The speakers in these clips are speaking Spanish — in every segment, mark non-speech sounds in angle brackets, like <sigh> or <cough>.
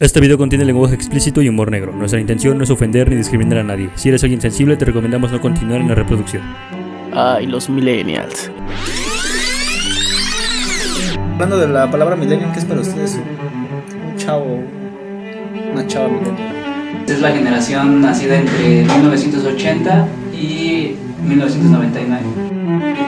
Este video contiene lenguaje explícito y humor negro. Nuestra intención no es ofender ni discriminar a nadie. Si eres alguien sensible, te recomendamos no continuar en la reproducción. Ay, los millennials. Hablando de la palabra millennial, ¿qué es para ustedes? Un chavo, una chava millennial. Es la generación nacida entre 1980 y 1999.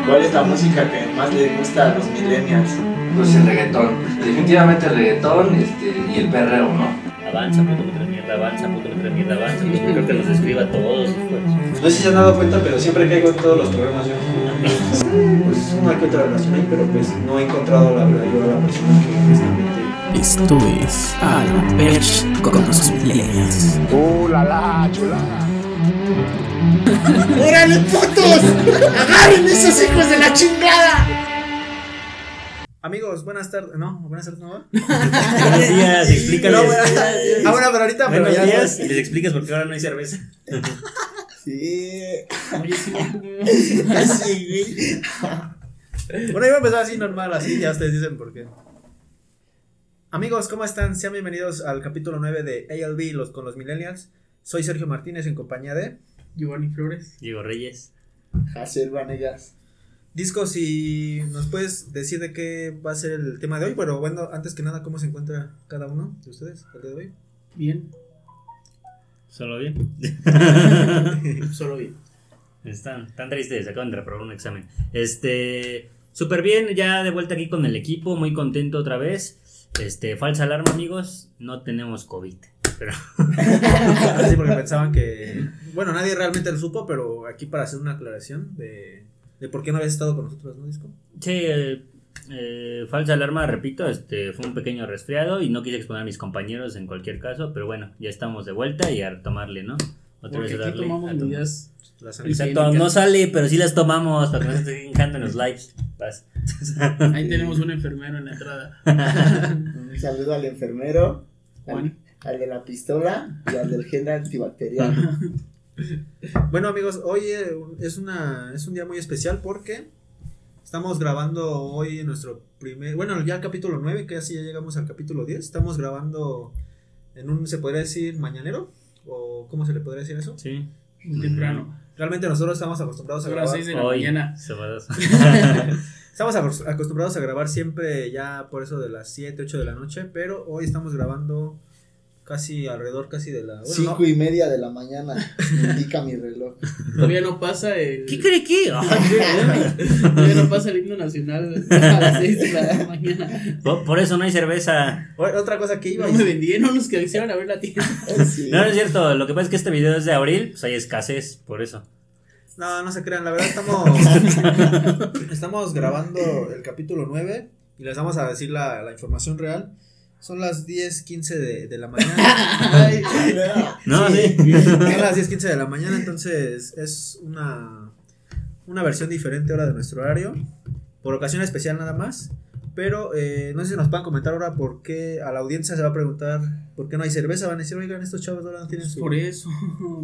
¿Cuál es la música que más le gusta a los millennials? Pues el reggaetón. Definitivamente el reggaetón este, y el perreo, ¿no? Avanza, puto que mierda, avanza, puto que mierda, avanza. Pues creo que los escriba a todos. Pues. No sé si se han dado cuenta, pero siempre caigo en todos los problemas yo. Pues una que otra relación ahí, pero pues no he encontrado la verdad yo a la persona que justamente... Esto es Al Perch con los millennials. ¡Órale, putos! ¡Agarren esos hijos de la chingada! Amigos, buenas tardes. No, buenas tardes, ¿no? Buenos días, explícales. No, buenas Ah, bueno, <laughs> pero ahorita, pero Buenos ya. días y les explicas por qué ahora no hay cerveza. Sí. Oye, sí. Así, güey. Bueno, yo voy a empezar así normal, así ya ustedes dicen por qué. Amigos, ¿cómo están? Sean bienvenidos al capítulo 9 de ALB los, con los Millennials. Soy Sergio Martínez en compañía de Giovanni Flores. Diego Reyes. Hacer vanegas. Discos y nos puedes decir de qué va a ser el tema de hoy, pero bueno, antes que nada, ¿cómo se encuentra cada uno de ustedes el día de hoy? Bien. ¿Solo <laughs> bien? Solo bien. Están tan tristes, acaban de reprobar un examen. Este, súper bien, ya de vuelta aquí con el equipo, muy contento otra vez. Este, falsa alarma, amigos, no tenemos COVID. Pero Sí, porque pensaban que. Bueno, nadie realmente lo supo, pero aquí para hacer una aclaración de, de por qué no habías estado con nosotros, ¿no, Disco? Sí, eh, eh, falsa alarma, repito, este fue un pequeño resfriado y no quise exponer a mis compañeros en cualquier caso, pero bueno, ya estamos de vuelta y a retomarle, ¿no? Otra Porque vez a aquí darle. tomamos a tom- medidas. Las Exacto, no sale, pero sí las tomamos para que no se estén quejando en los lives. Vas. Ahí tenemos un enfermero en la entrada. Un saludo al enfermero, al, Juan. al de la pistola y al del gen antibacterial. Bueno amigos, hoy eh, es, una, es un día muy especial porque estamos grabando hoy nuestro primer, bueno ya el capítulo 9, que así ya llegamos al capítulo 10, estamos grabando en un, se podría decir, mañanero, o cómo se le podría decir eso. Sí. Muy temprano. Realmente nosotros estamos acostumbrados a Ahora grabar. seis de la Hoy, mañana. sábados. <laughs> Estamos acos- acostumbrados a grabar siempre ya por eso de las 7, 8 de la noche, pero hoy estamos grabando casi alrededor casi de la... bueno, no, Cinco y media de la mañana, me indica mi reloj. Todavía no pasa el. ¿Qué cree que? Todavía no pasa el himno nacional a las 6 de la mañana. <laughs> Por, por eso no hay cerveza. o- Otra cosa que iba No a me decir- vendieron los que quisieron a ver la tienda. Sí. No, no es cierto. Lo que pasa es que este video es de abril, pues hay escasez, por eso. No, no se crean, la verdad estamos, estamos grabando el capítulo 9 y les vamos a decir la, la información real. Son las 10.15 de, de la <laughs> mañana. Ay, No, <laughs> sí. Son las 10.15 de la mañana, entonces es una, una versión diferente ahora de nuestro horario, por ocasión especial nada más. Pero eh, no sé si nos pueden comentar ahora por qué a la audiencia se va a preguntar por qué no hay cerveza. Van a decir, oigan, estos chavos ahora no tienen su... Por eso,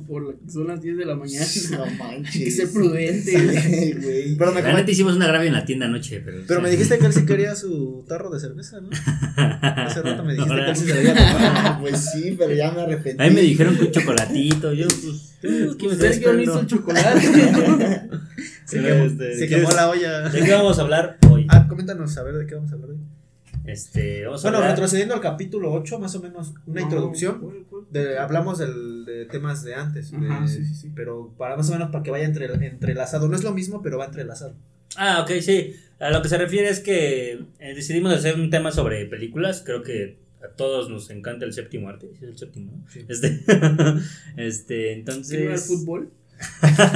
por la- son las 10 de la mañana. No Hay manches. que ser prudente. Sí, güey. Pero me, comen- <laughs> Realmente hicimos una grave en la tienda anoche, pero. pero me dijiste que él sí quería su tarro de cerveza, ¿no? Hace rato me dijiste que él sí se debía tomar. Ah, Pues sí, pero ya me arrepentí. A mí me dijeron que un chocolatito. Yo, <laughs> pues. ¿Qué me estás Sergio no hizo <laughs> el esperando? chocolate. Se, <laughs> Pero, quemó, este, se ¿quieres- quemó la olla. ¿De qué vamos a hablar hoy? Ah, coméntanos a ver de qué vamos a hablar hoy. Este, vamos a Bueno, hablar. retrocediendo al capítulo 8, más o menos una introducción. De, hablamos del- de temas de antes. de- Ajá, sí, sí, sí. Pero para más o menos para que vaya entre, entrelazado. No es lo mismo, pero va entrelazado. Ah, ok, sí. A lo que se refiere es que eh, decidimos hacer un tema sobre películas. Creo que a todos nos encanta el séptimo arte. ¿sí es el séptimo. no? Sí. Este, <laughs> este, entonces. ¿Sirve al fútbol?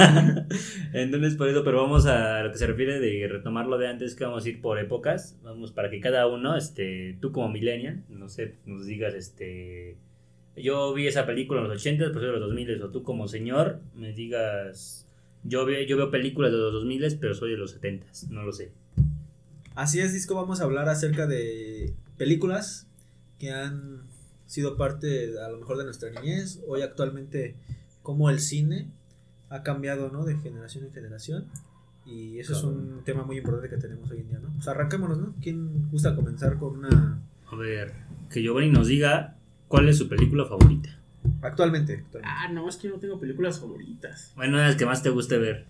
<laughs> Entonces, por eso, pero vamos a lo que se refiere de retomar lo de antes, que vamos a ir por épocas. Vamos para que cada uno, este, tú como millennial, no sé, nos digas, este, yo vi esa película en los 80, después de los 2000, o tú como señor, me digas, yo veo, yo veo películas de los 2000, pero soy de los 70, no lo sé. Así es, Disco. Vamos a hablar acerca de películas que han sido parte, a lo mejor, de nuestra niñez. Hoy, actualmente, cómo el cine ha cambiado, ¿no? De generación en generación. Y eso es un tema muy importante que tenemos hoy en día, ¿no? Pues arranquémonos, ¿no? ¿Quién gusta comenzar con una. A ver, que Giovanni nos diga ¿Cuál es su película favorita? Actualmente. actualmente. Ah, no, es que yo no tengo películas favoritas. Bueno, una de las que más te guste ver.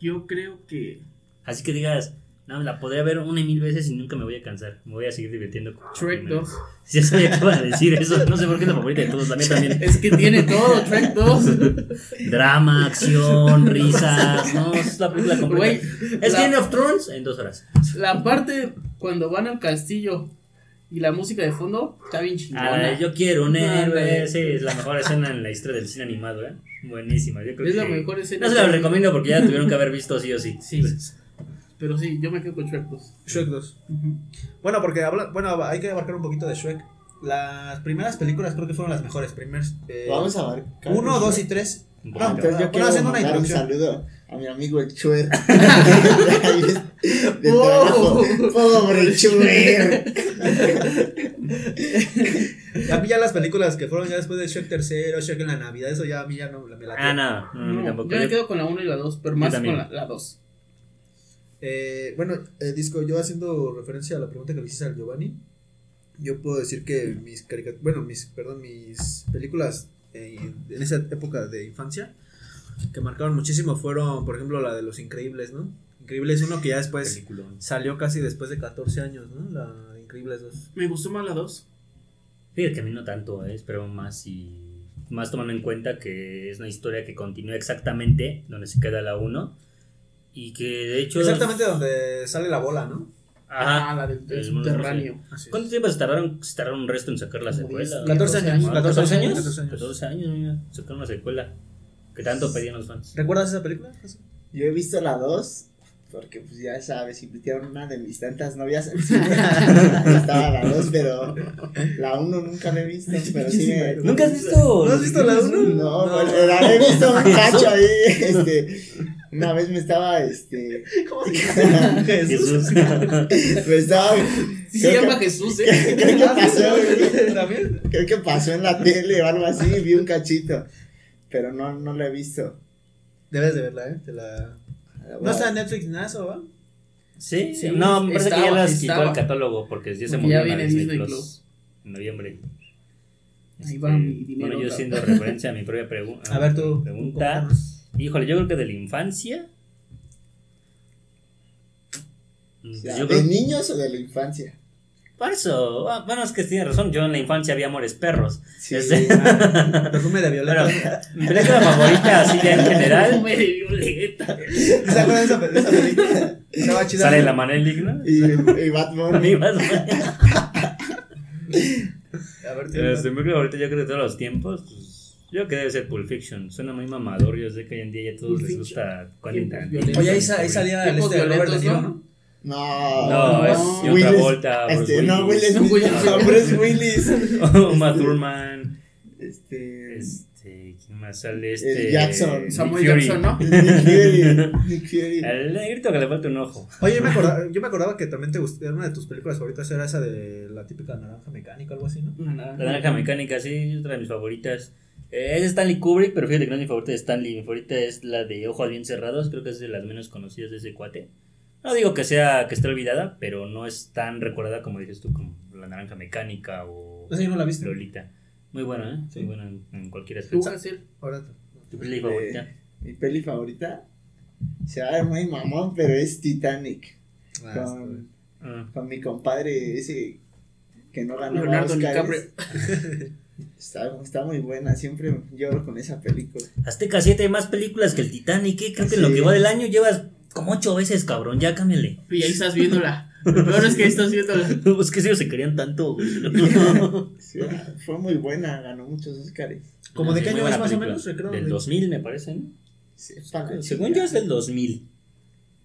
Yo creo que Así que digas, no, la podría ver una y mil veces y nunca me voy a cansar. Me voy a seguir divirtiendo. con- Shrek 2. Sí, Ya sabía que iba a decir eso. No sé por qué es la favorita de todos. La mía también. Es que tiene todo, Shrek 2. Drama, acción, risas. No, es la película Güey, completa. es la- Game of Thrones en dos horas. La parte cuando van al castillo y la música de fondo está bien chingona. Ah, la de yo quiero un No, héroe. güey. Sí, es la mejor escena en la historia del cine animado, ¿eh? Buenísima. Yo creo es la que- mejor escena. No se la recomiendo porque ya tuvieron que haber visto sí o sí. Sí. Pero sí, yo me quedo con Shrek 2. Shrek 2. Bueno, porque habla- bueno, hay que abarcar un poquito de Shrek. Las primeras películas creo que fueron las mejores. Primeras, eh, Vamos a abarcar. uno, eso. dos y tres. Un No, poquito. Entonces yo Bueno, quiero haciendo una mandar un introducción. saludo a mi amigo el <laughs> Chuer. <laughs> de trabajo. Oh. Pobre Chuer. A mí ya las películas que fueron ya después de Shrek tercero, Shrek en la Navidad, eso ya a mí ya no me la Ah, no, no, no, No, tampoco. yo me Yo- quedo con la 1 y la 2, pero Yo más también. con la- la 2. Eh, bueno, eh, disco, yo haciendo referencia a la pregunta que le hiciste al Giovanni, yo puedo decir que mis caricaturas, bueno, mis, perdón, mis películas eh, en esa época de infancia que marcaron muchísimo fueron, por ejemplo, la de Los Increíbles, ¿no? Increíbles uno que ya después Peliculón. salió casi después de 14 años, ¿no? La de Increíbles 2. Me gustó más la 2. Fíjate que a mí no tanto, eh, espero más y más tomando en cuenta que es una historia que continúa exactamente donde se queda la 1 y que de hecho... Exactamente donde sale la bola, ¿no? Ajá. Ah, la del del El mundo subterráneo. Así es. ¿Cuánto tiempo se tardaron, se tardaron un resto en sacar la secuela? 14 años. Ah, 14 14 años. 14 años. 14 años, mira, sacaron la secuela que tanto pedían los fans. ¿Recuerdas esa película? Yo he visto la dos. Porque pues ya sabes, invitaron una de mis tantas novias. Ahí <laughs> Estaba la dos, pero la uno nunca la he visto. Pero sí me. ¿Nunca has visto? ¿No has visto la 1? No, pues, la he visto un cacho ahí. Este, una vez me estaba, este, <laughs> Jesús. me estaba, Sí, se Creo llama que- <laughs> Jesús, ¿eh? <laughs> creo que pasó, ¿También? creo que pasó en la tele o algo así, vi un cachito, pero no, no lo he visto. Debes de verla, ¿eh? Te la... No está en Netflix ni nada, eso, ¿va? ¿Sí? Sí, no, me parece que ya estaba- las quitó estaba. el catálogo porque ya se Porque movió ya a viene Disney Disney Plus Plus. en noviembre. Ahí va mi Eh, dinero Bueno, yo otra siendo referencia a mi propia pregu- A ver, tú, pregunta. contanos. Híjole, yo creo que de la infancia. O Pues sea, yo ¿De creo niños o de la infancia? Por eso. ah, Bueno, es que tienes razón. Yo en la infancia había amores perros. Sí, Este- ah, Perfume de Pero violeta. mi película favorita, así ya en No <laughs> general. me debió leer. ¿Se acuerdan de esa, pe- de esa película? Estaba chida. Sale la Manelik, ¿no? y, <laughs> y Bad Bunny. Amigos. A ver, tío. Pero su película favorita, yo creo que de todos los tiempos. Este, pues, yo creo que debe ser Pulp Fiction. Suena muy mamador. Yo sé que hoy en día ya a todos Pulp les Fiction. gusta Quentin Tarantino. Violentos. Oye, ahí, sa- ahí salía el Tiempos este de Robert De violentos, Niro, ¿no? ¿no? No, No, es No, otra Willis, vuelta. pues, Este, no, Will Willis. Smith, Will no, Smith. Bruce Willis. Uma Thurman. Este, Este, ¿quién más sale? Este, El Jackson. Nick Samuel Fury. Jackson, ¿no? Nick Fury, Nick Fury. <laughs> Al negrito que le falta un ojo. Oye, yo me, acordaba, yo me acordaba que también te gustaba una de tus películas favoritas era esa de la típica naranja mecánica o algo así, ¿no? No, nada. La naranja mecánica, sí, es otra de mis favoritas. Eh, es de Stanley Kubrick, pero fíjate que no es mi favorita de Stanley. Mi favorita es la de Ojos Bien Cerrados. Creo que es de las menos conocidas de ese cuate. No digo que sea que esté olvidada, pero no es tan recordada como dices tú, como la naranja mecánica o <laughs> Esa yo no la viste. Lolita. Muy buena, ¿eh? Sí. Muy buena en, en cualquier Tú, aspecto. Hansel. Ahora tú. ¿Tu peli favorita? Mi peli favorita se va a ver muy mamón, pero es Titanic. Con, Ah. con mi compadre ese que no ganó Leonardo Oscars. <laughs> Está, está muy buena, siempre lloro con esa película. Azteca 7 hay más películas que el Titanic, ¿eh? Creo que en lo Sí. que va del año llevas como ocho veces, cabrón, <laughs> ya cámbiale. Y ahí estás viéndola. Lo peor es que ahí estás viéndola. Es que si ellos se querían tanto, güey. Sí, fue muy buena, ganó muchos Oscars. ¿Como de qué Muy año buena es más o película. menos? Creo Del de- 2000, me parece, ¿no? Sí, para- Según yo es del 2000.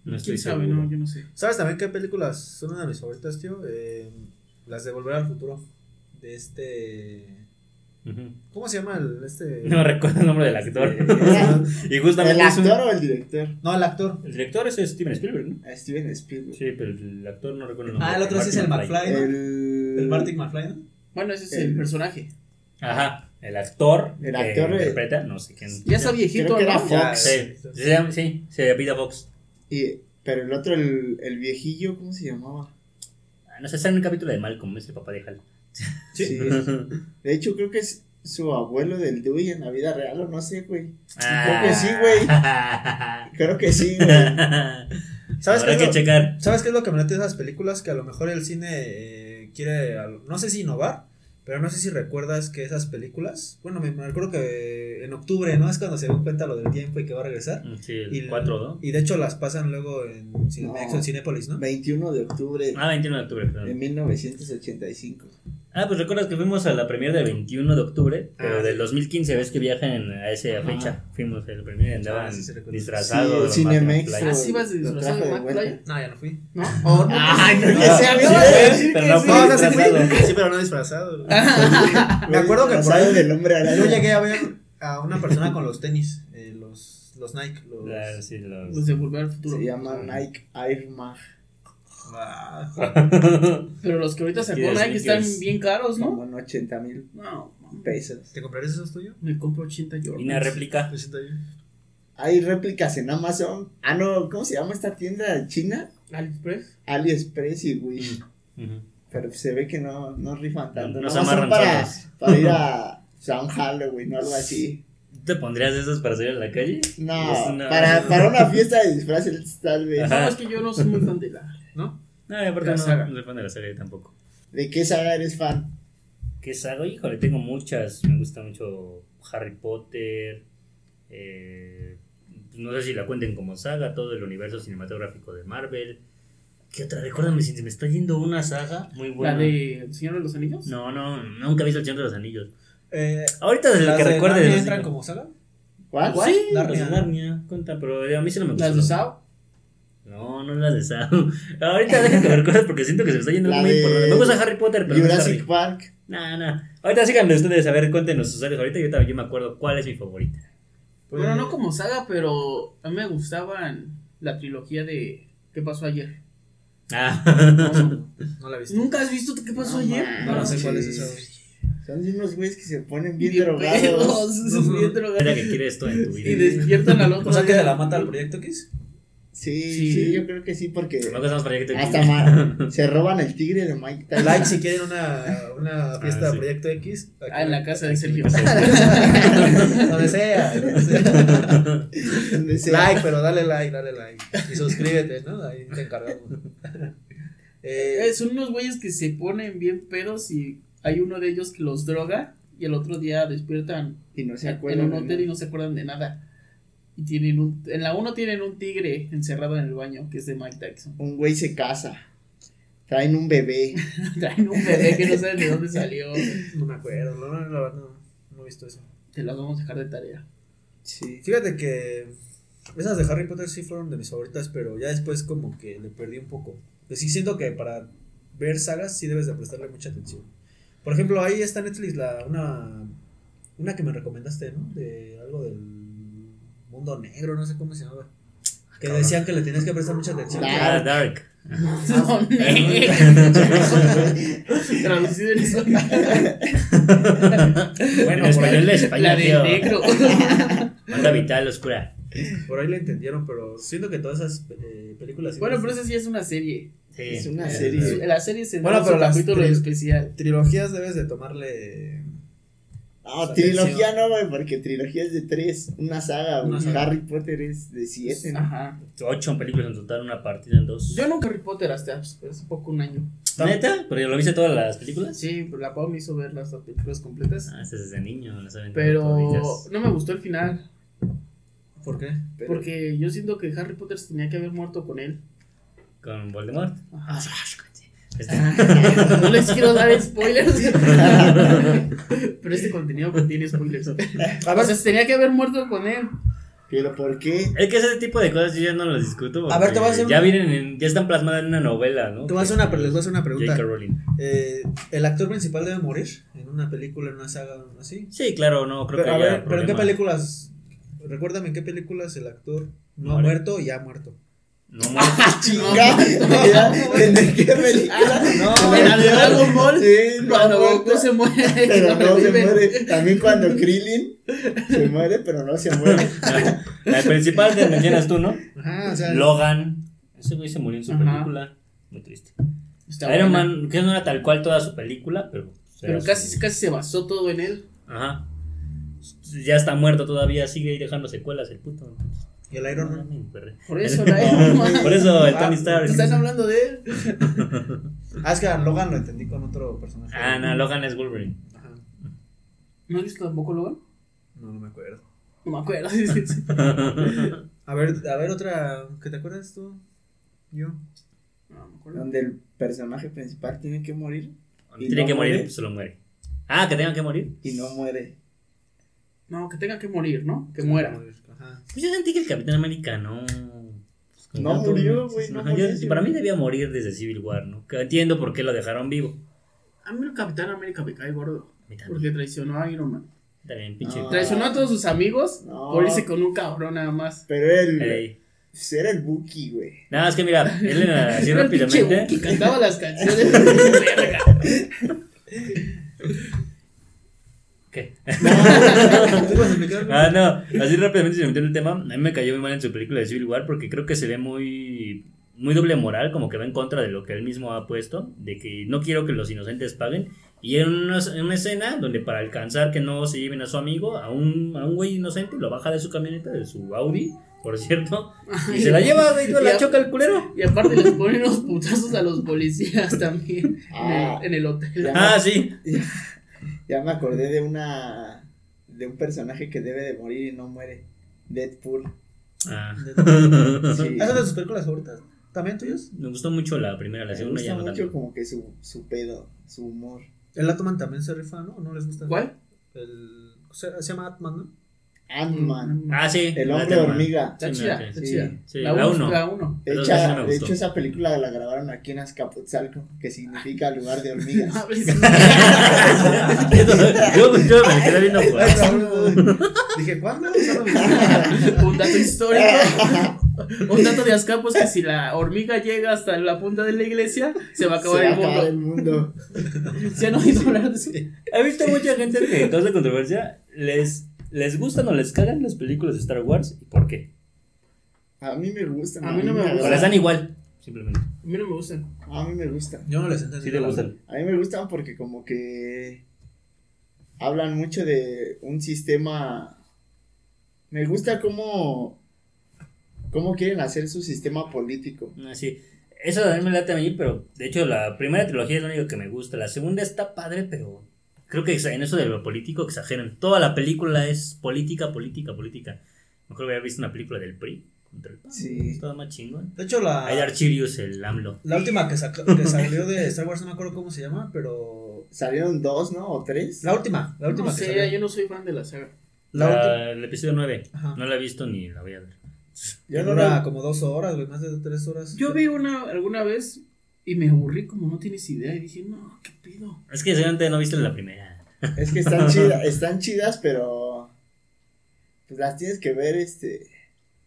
No estoy ¿Quién sabe? seguro. No, yo no sé. ¿Sabes también qué películas son una de mis favoritas, tío? Eh, las de Volver al Futuro. De este. Ujú. <laughs> ¿Cómo se llama el este? No recuerdo el nombre del actor. <laughs> y ¿El justamente es un- actor o el director? No, el actor. El director es Steven Spielberg, ¿no? Ah, Steven Spielberg. Sí, pero el actor no recuerdo el nombre. Ah, el otro sí es el Martin McFly, ¿no? El, El Martin McFly, ¿no? Bueno, ese es El- el, personaje. Ajá, el actor. El que actor, eh, interpreta, no sé quién. Ya está creo viejito, que era ¿no? Fox. Ya, este, Sí, se llama- sí, se apellida Fox. y- pero el otro, el, el viejillo, ¿cómo se llamaba? Ah, No sé, está en un capítulo de Malcolm, es el papá de Hal. Sí. De hecho, creo que es su abuelo del Dewey en la vida real, o no sé, güey. Creo que sí, güey. Creo que sí, <laughs> güey. <laughs> ¿Sabes qué Ah. Habrá es que lo- checar. ¿Sabes qué es lo que me late de esas películas? Que a lo mejor el cine eh, quiere, a lo- no sé si innovar, pero no sé si recuerdas que esas películas, bueno, me, me acuerdo que en octubre, ¿no? Es cuando se dio cuenta lo del tiempo y que va a regresar. Sí, Y- el 4, ¿no? Y de hecho las pasan luego en Cinemex No. o en Cinépolis, ¿no? 21 de octubre Ah, 21 de octubre, de perdón. 1985. Ah, pues recuerdas que fuimos a la premiere del 21 de octubre, pero Ah. del 2015, ves que viajan a esa fecha. Fuimos a la premiere y andaban Ah, sí, sí recuerdo. Sí, el disfrazados. Cinemex, Matt o- Ah, Fly. ¿Así vas Lo disfrazado de trajo de Mac vuelta. Flyer? No, ya no fui. ¿No? ¿O no? <laughs> Ay, no, Ah, ya se sí, había. güey, pero no Sí, fue o sea, sí, disfrazado. sí, pero no disfrazado. <laughs> Me acuerdo que por pasado ahí del hombre araña. yo llegué a ver a una persona con los tenis, eh, los, los Nike, los... Ah, sí, los- Los de Volver Pues al Futuro. Se llama Nike Air Mag. Ah, Pero los que ahorita sacó Sí, Nike están sneakers. bien caros, ¿no? Como en 80 mil No, no. pesos. ¿Te comprarías esos tuyos? me compro 80 Jordans. Y una réplica. Lo siento yo. Hay réplicas en Amazon. Ah, no, ¿cómo se llama esta tienda china? AliExpress. AliExpress y Wish. Ujú. Pero se ve que no, no rifan tanto. Nos Nada más son amarran para, solos. para ir a San Halloween o algo así. ¿Te pondrías de esas para salir a la calle? No, Es una- <laughs> Para, para una fiesta de disfraces tal vez. Ajá. No, es que yo no soy muy fan de la. No, y aparte La no, saga. no soy fan de la serie tampoco. ¿De qué saga eres fan? ¿Qué saga? Híjole, tengo muchas. Me gusta mucho Harry Potter. eh, no sé si la cuenten como saga, todo el universo cinematográfico de Marvel. ¿Qué otra? Recuérdame si se me está yendo una saga muy buena. ¿La de El Señor de los Anillos? No, no, nunca he visto El Señor de los Anillos. Eh, Ahorita es el ¿las que de recuerde. Narnia de los entran cinco. como saga? ¿Cuál? Sí, Narnia. Narnia. Narnia, cuenta, pero eh, a mí se no me gusta. ¿Las de Sao? No, no las de Sao. <laughs> Ahorita deja que me recuerdes porque siento que se me está yendo La muy de- importante. Me gusta Harry Potter, pero no es Harry. Jurassic Park. No, no. Ahorita síganme ustedes a ver, cuéntenos sus usuarios ahorita. Yo también yo me acuerdo cuál es mi favorita. Pues, Bueno, eh. no como saga, pero a mí me gustaban la trilogía de ¿Qué pasó ayer? Ah. <laughs> No la viste. ¿Nunca has visto ¿Qué pasó No, ayer? man. No, no sé Sí. cuál es esa. Son de unos güeyes que se ponen bien, drogados. pedos, <laughs> bien Ujú. Mira drogados. que quiere esto en tu Y vida. despiertan al otro. O sea que día. se la mata al proyecto Kiss. Sí, Sí. sí, yo creo que sí, porque No pasamos para allá que te hasta ma- se roban el tigre de Mike Tyson. Like si quieren una, una fiesta de Ah, sí. proyecto X. aquí. Ah, en la casa de Sergio. <laughs> Donde sea. donde sea. <laughs> Donde sea. Like, pero dale like, dale like. Y suscríbete, ¿no? Ahí te <laughs> encargamos. Eh, <laughs> Eh, son unos güeyes que se ponen bien pedos y hay uno de ellos que los droga y el otro día despiertan Y no se en acuerdan. un hotel y no se acuerdan de nada. Y tienen un, en la uno tienen un tigre encerrado en el baño, que es de Mike Tyson. <laughs> Un güey se casa. Traen un bebé. Traen un bebé que no saben de dónde salió. no me acuerdo, no, no, no, no, no he visto eso. Te las vamos a dejar de <laughs> tarea. Sí. Fíjate que esas de Harry Potter sí fueron de mis favoritas, pero ya después como que le perdí un poco. Pues sí siento que para ver sagas sí debes de prestarle mucha atención. Por ejemplo, ahí está Netflix la una una que me recomendaste, ¿no? De algo del mundo negro, no sé cómo se llamaba. Que decían que le tenías que prestar mucha atención. Ah, Dark. <laughs> Son <laughs> Traducido en español. Bueno, Bueno, en por ahí, español de La España, del tío. negro. Onda vital oscura. por ahí le entendieron, pero siento que todas esas eh, películas... sí Bueno, las- pero esa sí es una serie. Sí. Es una Eh, serie. La serie se Bueno, da pero su las capítulo tres- especial. Trilogías debes de tomarle... No, Su trilogía atención. no, güey, porque trilogía es de tres. Una saga, güey. Una saga. Harry Potter es de siete. ¿no? Ajá. Ocho películas en total, una partida en dos. Yo nunca Harry Potter hasta hace hace poco un año. ¿Neta? ¿Pero lo viste todas las películas? Sí, pero la Pau me hizo ver las dos películas completas. Ah, ese es de niño, no saben. Pero toditas. no me gustó el final. ¿Por qué? Pero- Porque yo siento que Harry Potter se tenía que haber muerto con él. Con Voldemort. Ajá. Este- <laughs> No les quiero dar spoilers. <laughs> Pero este contenido contiene spoilers. A O ver, sea, se tenía que haber muerto con él. Pero ¿por qué? Es que ese tipo de cosas yo ya no las discuto. A ver, te voy a porque hacer Ya, una- vienen en- ya están plasmadas en una novela, ¿no? te voy a hacer una, pre- les voy a hacer una pregunta. J.K. Rowling. Eh, el actor principal debe morir en una película, en una saga, así. Sí, claro, no, creo Pero, que a ya ver, pero en qué problema. películas, recuérdame en qué películas el actor no ha Muere. muerto y ha muerto. No muere. <laughs> Chinga, ¿De qué película? No, En la de Dragon Ball. Sí, no, Cuando güey, Goku se muere. <laughs> pero no se revive. muere. También cuando Krillin se muere, pero no se muere. La principal te mencionas <laughs> tú, ¿no? Ajá, o sea, Logan. Ese güey se murió en su Ajá. película. Muy triste. Está Iron buena. Man, que no era tal cual toda su película, pero Pero sí. casi, casi se basó todo en él. Ajá. Ya está muerto todavía, sigue ahí dejando secuelas el puto. Y el Iron Man. Por <laughs> eso la Iron Man. <laughs> Por eso el Ah, Tony Stark. Estás hablando de <laughs> él. Ah, es que a Logan lo entendí con otro personaje. Ah, no, Logan es Wolverine. Ajá. ¿No has visto tampoco Logan? No, no me acuerdo. No me acuerdo. <laughs> A ver, a ver otra. ¿Qué te acuerdas tú? Yo. No, me acuerdo. Donde el personaje principal tiene que morir ¿Y Tiene no que morir, muere? pues se lo muere. Ah, que tenga que morir. y no muere. No, que tenga que morir, ¿no? Que muera. Ajá. Pues yo sentí que el Capitán América no. pues, con No tanto- murió, güey, no Ajá, murió, yo- sí, para mí güey. debía morir desde Civil War, ¿no? Que entiendo por qué lo dejaron vivo. A mí el Capitán América me cae gordo. A mí también. Porque traicionó a Iron Man. También, pinche. No. Traicionó a todos sus amigos No. por irse con un cabrón nada más. Pero él Ey. era el Buki, güey. Nada, es que mira, él así Era el pinche Buki, rápidamente. cantaba las canciones. <laughs> Verga. ¿Qué? ¿Tú vas a explicar? Ah, no, así rápidamente se metió en el tema. A mí me cayó muy mal en su película de Civil War porque creo que se ve muy, muy doble moral, como que va en contra de lo que él mismo ha puesto, de que no quiero que los inocentes paguen. Y en una, en una escena donde para alcanzar que no se lleven a su amigo, a un, a un güey inocente, lo baja de su camioneta, de su Audi, por cierto, y se la lleva, güey, Y la a- choca el culero. Y aparte les ponen unos putazos a los policías también en Ah. el, en el hotel. Ah, sí. Ya me acordé de una de un personaje que debe de morir y no muere. Deadpool. Ah. Sí. ¿Esa es Ah, de sus películas favoritas? ¿También tuyas? Me gustó mucho la primera, la Me segunda ya gusta no mucho tanto. como que su, su pedo, su humor. El Atman también se rifa, ¿no? ¿No les gusta? ¿Cuál? El, se, se llama Atman, ¿no? Ant-Man. Ah, sí. El la hombre Terman. hormiga. Está Sí, me chida, late. está Sí. chida. Sí, la uno, uno. La uno. <laughs> De, Pero hecha- esa sí me de gustó. <laughs> hecho, esa película la grabaron aquí en Azcapotzalco, que significa lugar de hormigas. yo, yo me quedé viendo <laughs> por Ay, cabrón. Dije, ¿cuándo? ¿Cuándo me- Un dato histórico. Un dato de Azcapo es que si la hormiga llega hasta la punta de la iglesia, se va a <laughs> Se acabar va a el acabar mundo. el mundo. Ya no hizo hablar de eso. He visto mucha gente que causa controversia. ¿Les, les gustan o les cagan las películas de Star Wars? ¿Y por qué? A mí me gusta. A mí no me agrada. O les dan igual, simplemente. A mí no me gusta. A mí me gusta. Yo no les entendí. Sí te la gustan. A mí me gustan porque como que hablan mucho de un sistema. Me gusta cómo cómo quieren hacer su sistema político. Ah, sí. Eso también me late a mí, pero de hecho la primera trilogía es la única que me gusta. La segunda está padre, pero creo que en eso de lo político exageran. Toda la película es política, política, política. Mejor hubiera visto una película del PRI contra el PAN. Sí. Ah. Todo más chingón. De hecho, la, Ahí Archirius, el AMLO. la última que, saca- que salió de Star Wars, no me acuerdo cómo se llama, pero. Salieron dos, ¿no? O tres. La última, la última No que sé, salió. yo no soy fan de la saga. La última. La- el episodio 9. Ah. Ajá. No la he visto ni la voy a ver. Yo no dura la- como dos horas, güey, más de tres horas. Yo vi una alguna vez y me aburrí como no tienes idea y dije, no, ¿qué pido? Es que seguramente no viste la primera. Es que están <laughs> chidas, están chidas, pero pues las tienes que ver, este.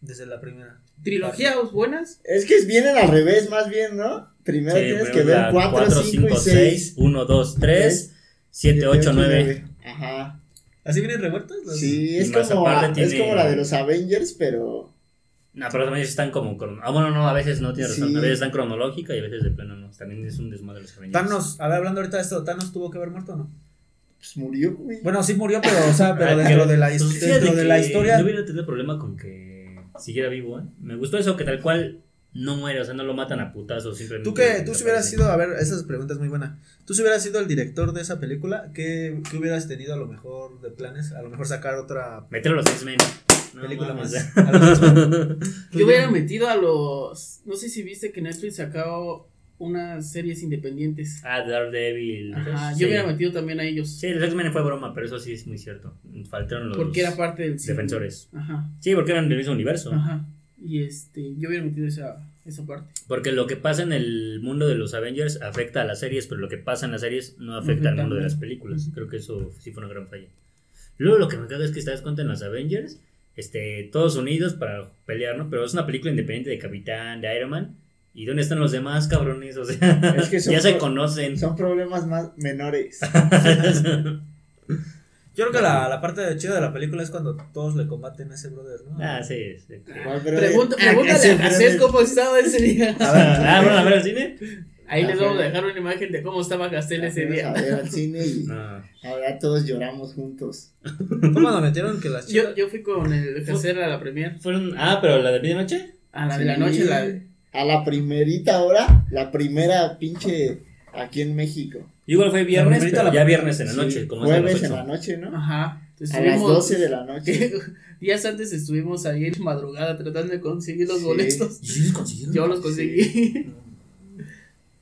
Desde la primera. Trilogías buenas. Es que vienen al revés, más bien, ¿no? Primero Sí, tienes pero que ver la 4, 5 y 6. 1, 2, 3, 7, 8, 9. Ajá. ¿Así vienen revueltas? Las- Sí, Pues, Y es más como, aparte es tiene- como la de los Avengers, pero No, pero también están como. cron- Ah, bueno, no, a veces no tienes razón. Sí. A veces están cronológica y a veces de plano no. También es un desmadre los Avengers. Thanos, a ver, hablando ahorita de esto, ¿Thanos tuvo que haber muerto o no? pues murió, güey. Bueno, sí murió, pero, o sea, pero Ah, dentro de la, his- pues, fíjate dentro de que la historia. No hubiera tenido problema con que siguiera vivo, ¿eh? Me gustó eso, que tal cual no muere, o sea, no lo matan a putazos. Simplemente Tú que tú si desaparece. hubieras sido, a ver, esa pregunta es muy buena. Tú si hubieras sido el director de esa película, ¿qué, qué hubieras tenido a lo mejor de planes? A lo mejor sacar otra Meter a los X-Men. No, película mames. más. A lo mejor- Pues Yo hubiera metido a los. No sé si viste que Netflix sacó unas series independientes. Ah, Daredevil. Ajá, Sí. yo hubiera metido también a ellos. Sí, los X-Men fue broma, pero eso sí es muy cierto. Faltaron los Porque era parte del cine. defensores. Ajá. Sí, porque eran del mismo universo. Ajá. Y este, yo hubiera metido esa, esa parte. Porque lo que pasa en el mundo de los Avengers afecta a las series, pero lo que pasa en las series no Afecta afecta al mundo de al- las películas. Creo que eso sí fue una gran falla. Luego lo que me caga es que estás cuenta en las Avengers, este, todos unidos para pelear, ¿no? Pero es una película independiente de Capitán, de Iron Man. ¿Y dónde están los demás cabrones? O sea, Es <laughs> que son ya se pro- conocen. Son problemas más <laughs> menores. Yo creo que la, la parte chida de la película es cuando todos le combaten a ese brother, ¿no? Ah, sí, sí. Igual, pero- Pregunta, Ah, pregúntale ese a César brother- <laughs> cómo estaba ese día. Ah, bueno, a ver el cine. Ahí les Ajá. vamos a dejar una imagen de cómo estaba Gastel ese Fuimos día. A ver al cine y No. ahora todos lloramos juntos. ¿Fue cuando metieron que las Yo, chicas? yo fui con el Gastel a la premier. Fueron, ah, pero la de medianoche. A la de la Sí. noche, la de- A la primerita hora, la primera pinche aquí en México. Yo Igual fue La viernes, primerita pero la- ya viernes en la Sí, noche, como es a las Jueves en ocho. la noche, ¿no? Ajá. Entonces A las estuvimos- 12 de <laughs> la noche. Días antes estuvimos ahí en madrugada tratando de conseguir los Sí. boletos. ¿Y sí los consiguieron? Yo los conseguí. <laughs>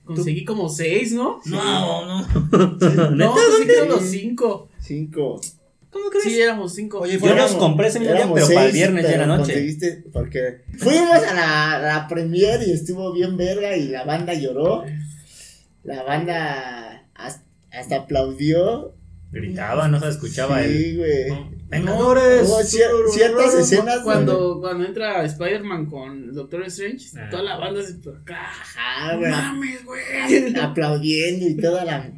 conseguí como seis, ¿no? No, no. No, conseguí los cinco. Cinco. ¿Cómo crees? Pues, Sí, éramos cinco. Oye, yo los Éramos- compré ese mismo día, éramos pero para el seis, viernes ya en la pero noche. conseguiste- porque fuimos a la, la premier y estuvo bien verga y la banda lloró. La banda hasta, hasta aplaudió. Gritaba, no se escuchaba él. Sí, güey. Vengadores. Hubo cier- ciertas escenas donde- Cuando, cuando entra Spider-Man con Doctor Strange, Ah. toda la banda se por acá. Ajá, ¡No güey. mames, güey! <laughs> aplaudiendo y toda la.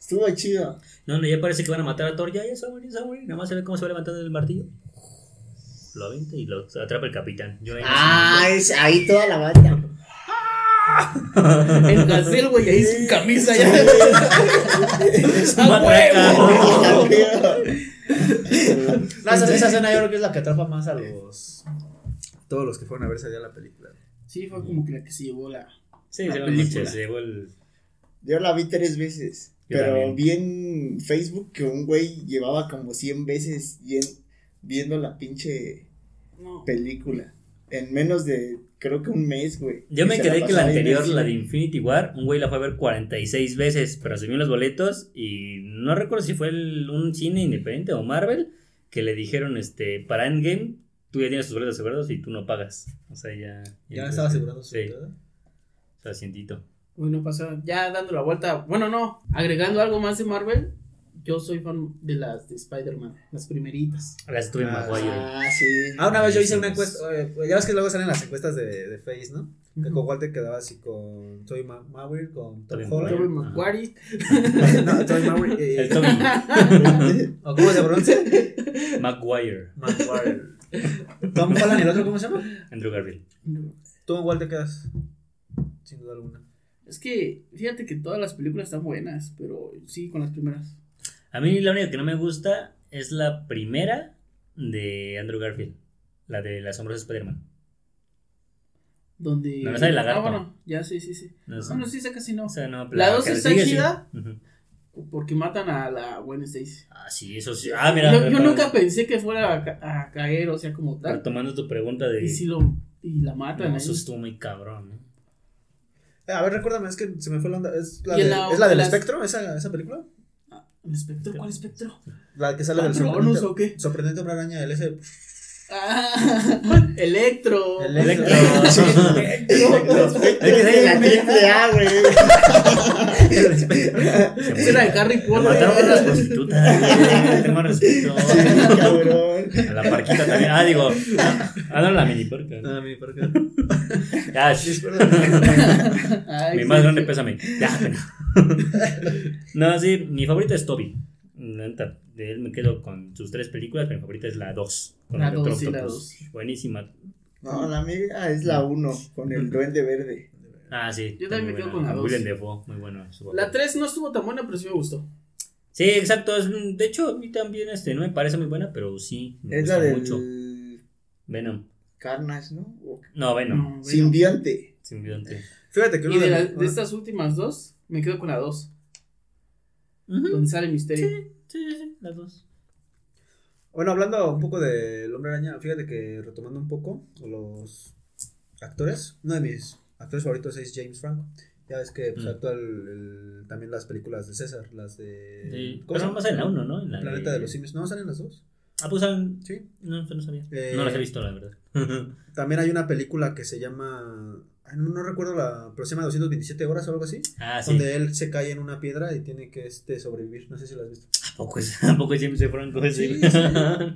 Estuvo chido. No, no, ya parece que van a matar a Thor. Ya, ya, Samuel, Samuel. Nada más se ve cómo se va levantando el martillo. Lo avienta y lo atrapa el capitán. Yo ahí no sé. Ah, es- ahí toda la banda. <laughs> El Gastel, güey, ahí sin camisa ya. <laughs> ¡A huevo! <laughs> Pero No, esa, esa escena yo creo que es la que atrapa más a los. Todos los que fueron a ver ese día la película. Sí, fue como que la que se llevó la. Sí, La se va película. mucho, se llevó el. Yo la vi tres veces. Yo Pero también. vi en Facebook que un güey llevaba como 100 veces yen- viendo la pinche No. película. En menos de, creo que un mes, güey. Yo me se quedé que la pasaba ahí en el anterior, la de cine. Infinity War, un güey la fue a ver 46 veces, pero asumió los boletos y no recuerdo si fue el- un cine independiente o Marvel que le dijeron, este, para Endgame, tú ya tienes tus boletos asegurados y tú no pagas. O sea, ya... Ya estaba asegurado su Sí, entrada. su asientito. Bueno, pasó. Ya dando la vuelta. Bueno, no. Agregando algo más de Marvel. Yo soy fan de las de Spider-Man, las primeritas. Ahora estuve en Ah, Maguire. Ah, sí. Ah, una vez yo hice una encuesta. eh, Ya ves que luego salen las encuestas de, de Face, ¿no? Que con cuál te quedabas así con Toy Ma Mauer, con Tom Tobey Holland. Tobey Maguire. <laughs> <laughs> no, Toy Mauer. El Eh, Tommy <laughs> ¿O cómo se pronuncia? Maguire. Maguire. Tom Holland y el otro, ¿cómo se llama? <laughs> Andrew Garfield. Tú con cuál te quedas. Sin duda alguna. Es que, fíjate que todas las películas están buenas, pero sí, con las primeras. A mí la única que no me gusta es la primera de Andrew Garfield, la de El asombroso Spider-Man. Donde. No, esa de lagarto. Ah, bueno, ya, sí, sí, sí. Ah, No sé. Bueno, sí, esa casi no. O sea, no, La dos que le está sigue, sí. chida. Ujú. Porque matan a la Gwen Stacy. Ah, sí, eso sí. Ah, mira. yo, mira, yo mira. nunca pensé que fuera a, ca- a caer, o sea, como tal. Retomando tu pregunta de. Y si lo. Y la matan. no, ahí. eso estuvo muy cabrón, ¿eh? Eh, A ver, recuérdame, es que se me fue la onda. ¿Es la, Y de- la- ¿es la del las- espectro, esa, esa película? ¿El espectro? ¿Cuál espectro? La que sale del ¿Patronus sorprendente, o qué? sorprendente hombre araña, el ese. Ah, <laughs> Electro. Electro. pues, De la triple A, güey. <laughs> Esa era de Harry Lo Potter. mataron a las prostitutas. güey, Tengo respeto. Sí, cabrón. A la parquita también. Ah, digo. Ah, ah, no, la mini parca. Ah, mi parca. Ya, shh, Ay, mi Ah, sí, más sí. grande pésame. Ya, No, sí, mi favorita es Toby. La neta, De él me quedo con sus tres películas, pero mi favorita es la 2. La dos, sí, la dos. Buenísima. No, la amiga es la uno con el duende verde. <laughs> Ah, sí. Yo también me quedo con la dos. dos. Willem Dafoe, muy bueno. su papel. La 3 no estuvo tan buena, pero sí me gustó. Sí, exacto. es- de hecho, a mí también este, no me parece muy buena, pero sí. Me Es gusta la del mucho. Venom. Carnage, ¿no? O- No, Venom. No, bueno. Simbionte. Simbionte. Fíjate que uno Y de, la- mis- de estas últimas dos, me quedo con la 2. Ujú. Donde sale Misterio. Sí, sí, sí, las dos. Bueno, hablando un poco del hombre araña, fíjate que retomando un poco los actores, uno de mis actores favoritos es James Franco. Ya ves que pues, Mm. actúa el- el- también las películas de César, las de. Sí. Eh, ¿cómo Pero se no llama? más en la 1, ¿no? En la Planeta de los Simios. No, salen las dos. Ah, pues salen- Sí. No, no sabía. Eh, No las he visto, la verdad. También hay una película que se llama. ay, No, no recuerdo la. Pero se llama 227 horas o algo así. ah, sí. Donde él se cae en una piedra y tiene que este, sobrevivir. No sé si la has visto. Tampoco es, <laughs> tampoco es James Franco ese. Sí, sí.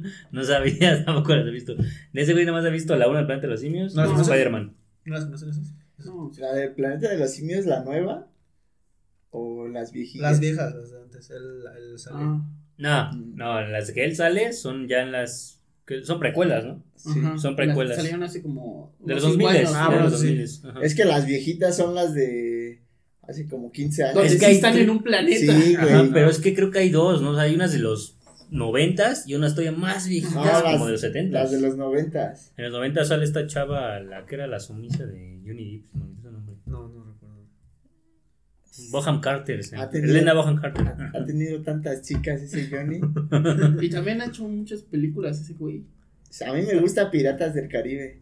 <laughs> no sabía, tampoco las he visto. De ese güey nada más he visto la 1 del Planeta de los Simios. No, No, no sé. Spider-Man. ¿No las conocen esas? No, o sea, ¿La del planeta de los simios, la nueva? ¿O las viejitas? Las viejas, las de antes. Él, él sale. ah, No, no, las que él sale son ya en las. que son precuelas, ¿no? Sí. ajá. son precuelas. Las que Salieron hace como. De los unos cinco 2000. años. Ah, bueno, los sí. 2000. Ajá. Es que las viejitas son las de. hace como 15 años. Donde Es que sí hay están tri- en un planeta. Sí, güey. Ajá, pero es que creo que hay dos, ¿no? O sea, hay unas de los noventas y unas todavía más viejitas, No, como las- de los setentas. Las de los noventas. En los noventas sale esta chava, la que era la sumisa de Johnny Depp, no me acuerdo su nombre. No, no recuerdo. Boham Carter, se Ah, llama. tenía- Elena Boham Carter. Ah, Ha tenido tantas chicas ese Johnny. Y también ha hecho muchas películas ese güey. A mí me gusta Piratas del Caribe.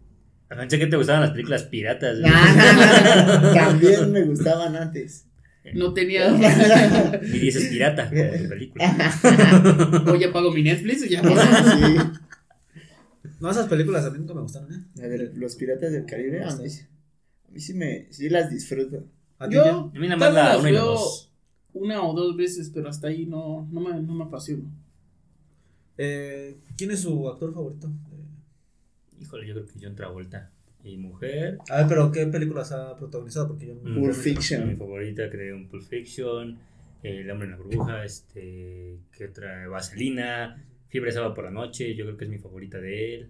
Ah, Pensé que te gustaban las películas piratas. No, güey. no, no, no. También me gustaban antes. No tenía. <laughs> Y dices pirata, como tu película. Sí. Oye, ya pago mi Netflix y <laughs> ya. No, esas películas a mí nunca me gustaron, ¿eh? A ver, los Piratas del Caribe, a mí, sí- a mí sí me sí las disfruto. ¿A ti ya? Yo A mí nada tal vez más la las uno y la veo dos. una o dos veces, pero hasta ahí no, no, me, no me apasiono. Eh, ¿Quién es su actor favorito? Eh, Híjole, yo creo que John Travolta. Y mujer. A ver, pero ¿qué películas ha protagonizado? Porque yo no. mm, Pulp <laughs> realmente Fiction. Mi favorita, creo, en Pulp Fiction. eh, El hombre en la burbuja. Este. ¿Qué otra? Vaselina. Fiebre de sábado por la noche. Yo creo que es mi favorita de él.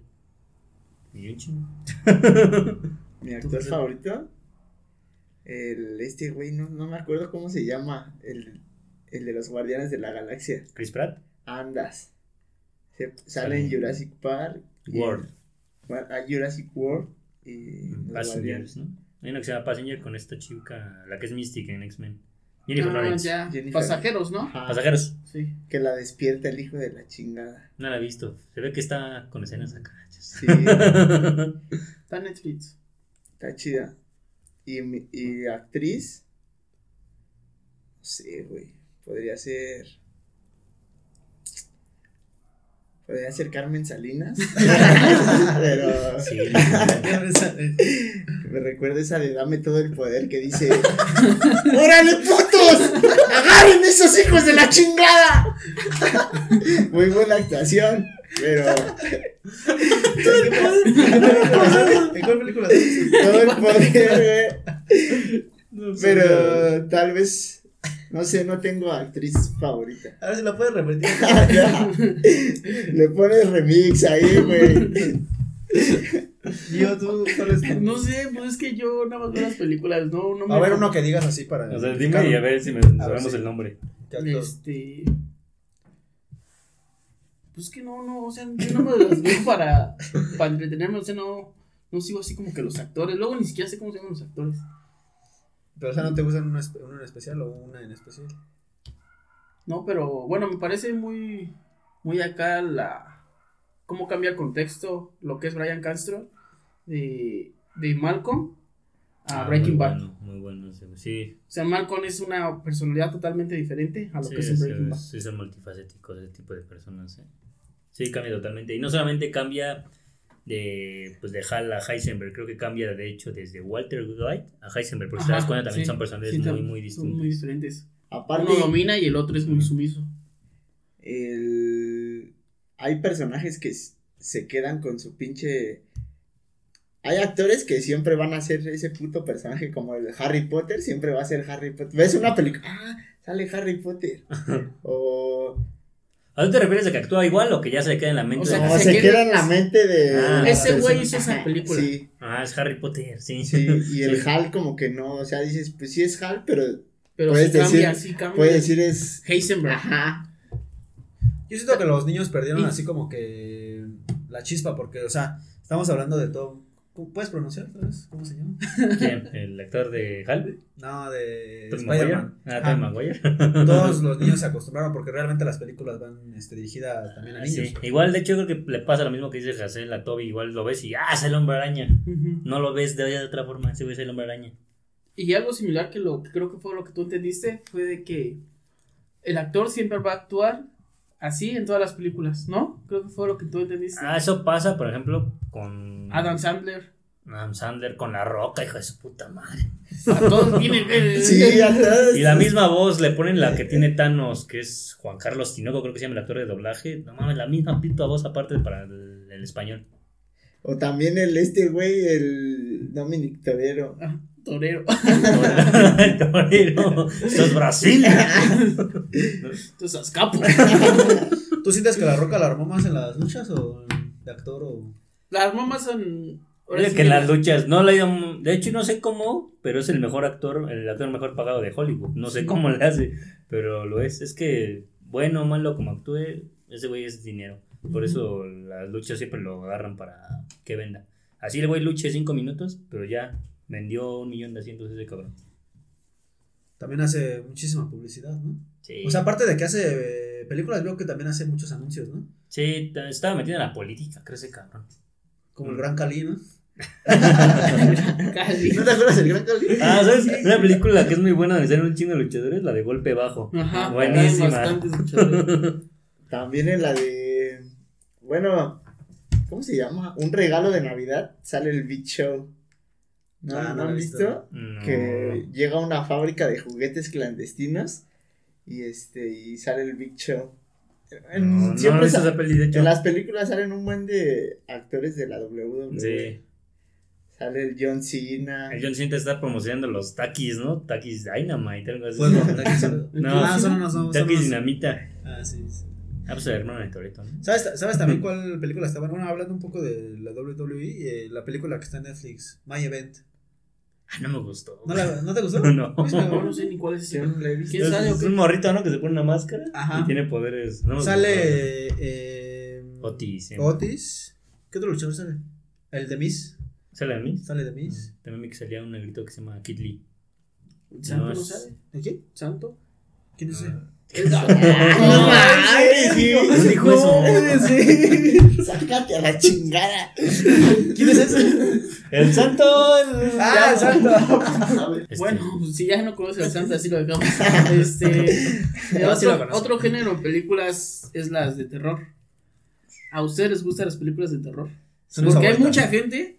Y un chingo. Mm. Mi ¿Tú actor qué? favorito, el este güey, no, no me acuerdo cómo se llama, el, el de los Guardianes de la Galaxia. Chris Pratt. Andas. Se- sale en Jurassic Park. y- World. Mm, Bueno, a Jurassic World y los Passengers, Guardianes. ¿no? Hay una que se llama Passenger con esta chica, la que es Mystic en X-Men. Jennifer Ah, Lawrence. ya. Jennifer. Pasajeros, ¿no? Ajá, Pasajeros. Sí. que la despierta el hijo de la chingada. No la he visto. Se ve que está con escenas acá. <laughs> Sí, está Está en Netflix. chida. Y, mi- y actriz. No sé, güey. Podría ser. Podría ser Carmen <laughs> Salinas. <laughs> Pero. Sí. eh, Me recuerda esa de dame todo el poder que dice. <laughs> ¡Órale, putos! ¡Agarren esos hijos de la chingada! Muy buena actuación. Pero. ¿En cuál película has visto? Todo el poder, güey. Pero tal vez. No sé, no tengo actriz favorita. <laughs> A ver si la puedes repetir. <laughs> Le pones remix ahí, güey. Yo, tú, ¿cuál es tu- No sé, pues es que yo nada más veo las películas, no, no me. A ver, uno que digas así para. O sea, identificarlo. dime y a ver si me sabemos sí. el nombre. ¿Qué actor? Este. Pues que no, no, o sea, yo no me las veo para, para entretenerme, o sea, no, no sigo así como que los actores. Luego ni siquiera sé cómo se llaman los actores. Pero, o sea, ¿no te gustan una, espe- uno en especial o una en especial? No, pero bueno, me parece muy, muy acá la. cómo cambia el contexto lo que es Brian Castro de, de Malcolm a Ah, Breaking muy Bad. Bueno, muy bueno. ese, güey. Sí, O sea, Malcolm es una personalidad totalmente diferente a lo sí, que es en sí, Breaking Bad. sí, son multifacéticos ese tipo de personas. ¿eh? Sí, cambia totalmente. Y no solamente cambia de pues de Hal a Heisenberg, creo que cambia de hecho desde Walter White a Heisenberg, porque si te das Ajá, cuenta también sí, son personajes sí, muy, tam- uh. muy son distintos. Muy diferentes. Aparte, Uno domina y el otro es muy Ujú. sumiso. el- hay personajes que s- se quedan con su pinche. Hay actores que siempre van a ser ese puto personaje como el Harry Potter, siempre va a ser Harry Potter. ¿Ves una película? Ah, sale Harry <laughs> Potter. o ¿A dónde te refieres a que actúa igual o que ya se le queda en la mente? O sea, de- no, que se, se queda, quede- en la mente de. Ah, la ese güey persona. hizo esa película. Sí, Ah, es Harry Potter, sí. sí, y el Sí. Hal como que no, o sea, dices, pues sí es Hal, pero Pero sí Puedes cambia, decir- sí cambia. puede decir es. Heisenberg. Ajá. Yo siento que los niños perdieron Y- así como que la chispa, porque, o sea, estamos hablando de todo. ¿Cómo- ¿Puedes pronunciar? ¿Sabes ¿Cómo se llama? <laughs> ¿Quién? ¿El actor de Hal? No, de ¿Tobey Spider-Man. Maguire? Ah, Tobey Ajá. Maguire. Todos los niños se acostumbraron porque realmente las películas van este, dirigidas también a Ah, niños. sí. Igual, de hecho, yo creo que le pasa lo mismo que dice Hazel a Toby. Igual lo ves y ¡ah! Es el hombre araña. Ujú. No lo ves de, de otra forma. Ese güey es el hombre araña. Y algo similar que lo que creo que fue lo que tú entendiste fue de que el actor siempre va a actuar así en todas las películas, ¿no? Creo que fue lo que tú entendiste. Ah, eso pasa, por ejemplo, con Adam Sandler. Adam Sandler, con La Roca, hijo de su puta madre. A <laughs> todos tiene. Sí, a todos. Y la misma voz le ponen la que tiene Thanos, que es Juan Carlos Tinoco, creo que se llama el actor de doblaje. No mames, la misma pita voz aparte para el, el español. <laughs> O también el este güey, el Dominic Torero. Ah, Torero. <laughs> El torero. Eso es Brasil. Entonces, escapo. <laughs> ¿Tú sientes que la roca la armó más en las luchas o en- de actor o.? Las mamás son. Ahora Es sí que en que- las luchas no le ha ido mu- De hecho, no sé cómo, pero es el mejor actor, el actor mejor pagado de Hollywood. No sé cómo le hace, pero lo es. Es que, bueno o malo como actúe, ese güey es dinero. Por eso las luchas siempre lo agarran para que venda. Así el güey luche cinco minutos, pero ya vendió un millón de asientos ese cabrón. También hace muchísima publicidad, ¿no? Sí, O sea, aparte de que hace eh, películas, veo que también hace muchos anuncios, ¿no? sí ta- estaba metido en la política, creo ese cabrón. Como el Mm. Gran Cali, ¿no? Casi. ¿No te acuerdas del gran Cali? Ah, ¿sabes? Una película que es muy buena de ser un chingo de luchadores, la de Golpe Bajo. Ajá. Buenísima. hay bastantes <laughs> luchadores. También en la de. Bueno, ¿cómo se llama? Un regalo de Navidad sale el Big Show. ¿No, Ah, ¿no no han lo he visto? visto. No. Que llega a una fábrica de juguetes clandestinos y este y sale el Big Show. En- No, no, no siempre hizo sa- esa peli, de hecho. en las películas salen un buen de actores de la WWE. Sí. Sale el John Cena. El John Cena está promocionando los Takis, ¿no? Takis Dynamite, algo así. Fuego, <laughs> Takis. No, Ah, son unos- son Takis unos- Dinamita. Ah, sí, sí. Ah, pues el hermano de Toreto, ¿no? ¿Sabes, ta- ¿Sabes también cuál película está buena? Bueno, hablando un poco de la WWE, eh, la película que está en Netflix, My Event. Ah, no me gustó. ¿No, la- ¿no te gustó? <laughs> No. Luis, me No, acuerdo, no sí. sé ni cuál es Yo ese. no la he visto. ¿Quién Es- sabe o Es qué? un morrito, ¿no? Que se pone una máscara Ajá. y tiene poderes. No me gustó. Sale eh, Otis. sí. Otis. ¿Qué otro luchador sale? El de Miss. ¿Sale a mí? Sale de Miss. También vi que salía un negrito que se llama Kid Lee. ¿Santo Mm, No, no es- sabe? ¿De quién? ¿Santo? ¿Quién es ese? Ah, ¡No mames! sí. <laughs> ¿Quién dijo eso? ¡Sácate a la chingada! ¿Quién es ese? ¡El santo! ah, exacto. Este, Bueno, pues, si ya no conoces al Santa, así lo <laughs> dejamos. Este, de No, sí lo otro, conozco. otro género de películas es las de terror. ¿A ustedes les gustan las películas de terror? Son mis Porque hay favoritas. mucha gente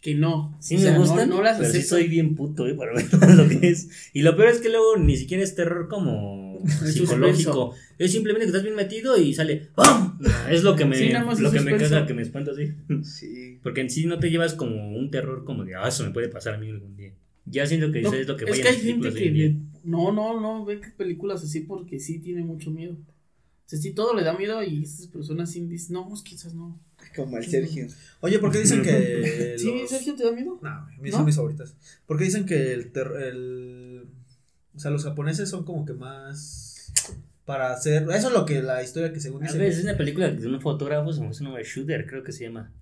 que no. Sí O me sea, no- gustan, No, las pero sí acepto. soy bien puto, eh, para ver <laughs> lo que es. Y lo peor es que luego ni siquiera es terror como Es psicológico. Es simplemente que estás bien metido y sale ¡Bam! Es lo que me, Sí, nada más es lo que me suspenso. caga, que me espanta así. Sí. Porque en sí no te llevas como un terror como de, ah, eso me puede pasar a mí algún día. Ya siento que No, eso es lo que es vayan que hay las gente películas hoy que en día. ve- no, no, no ve que películas así porque sí tiene mucho miedo. O sea, sí todo le da miedo y estas personas sí dicen, no, quizás no. Como el <laughs> Sergio. Oye, ¿por qué dicen que. <laughs> Sí, los- Sergio, ¿te da miedo? No, a mí ¿No? son mis favoritas. Porque dicen que el, ter- el- O sea, los japoneses son como que más. Para hacer. Eso es lo que la historia que según A dicen. ver, es una película de un fotógrafo, se me hace un nombre Shooter, creo que se llama.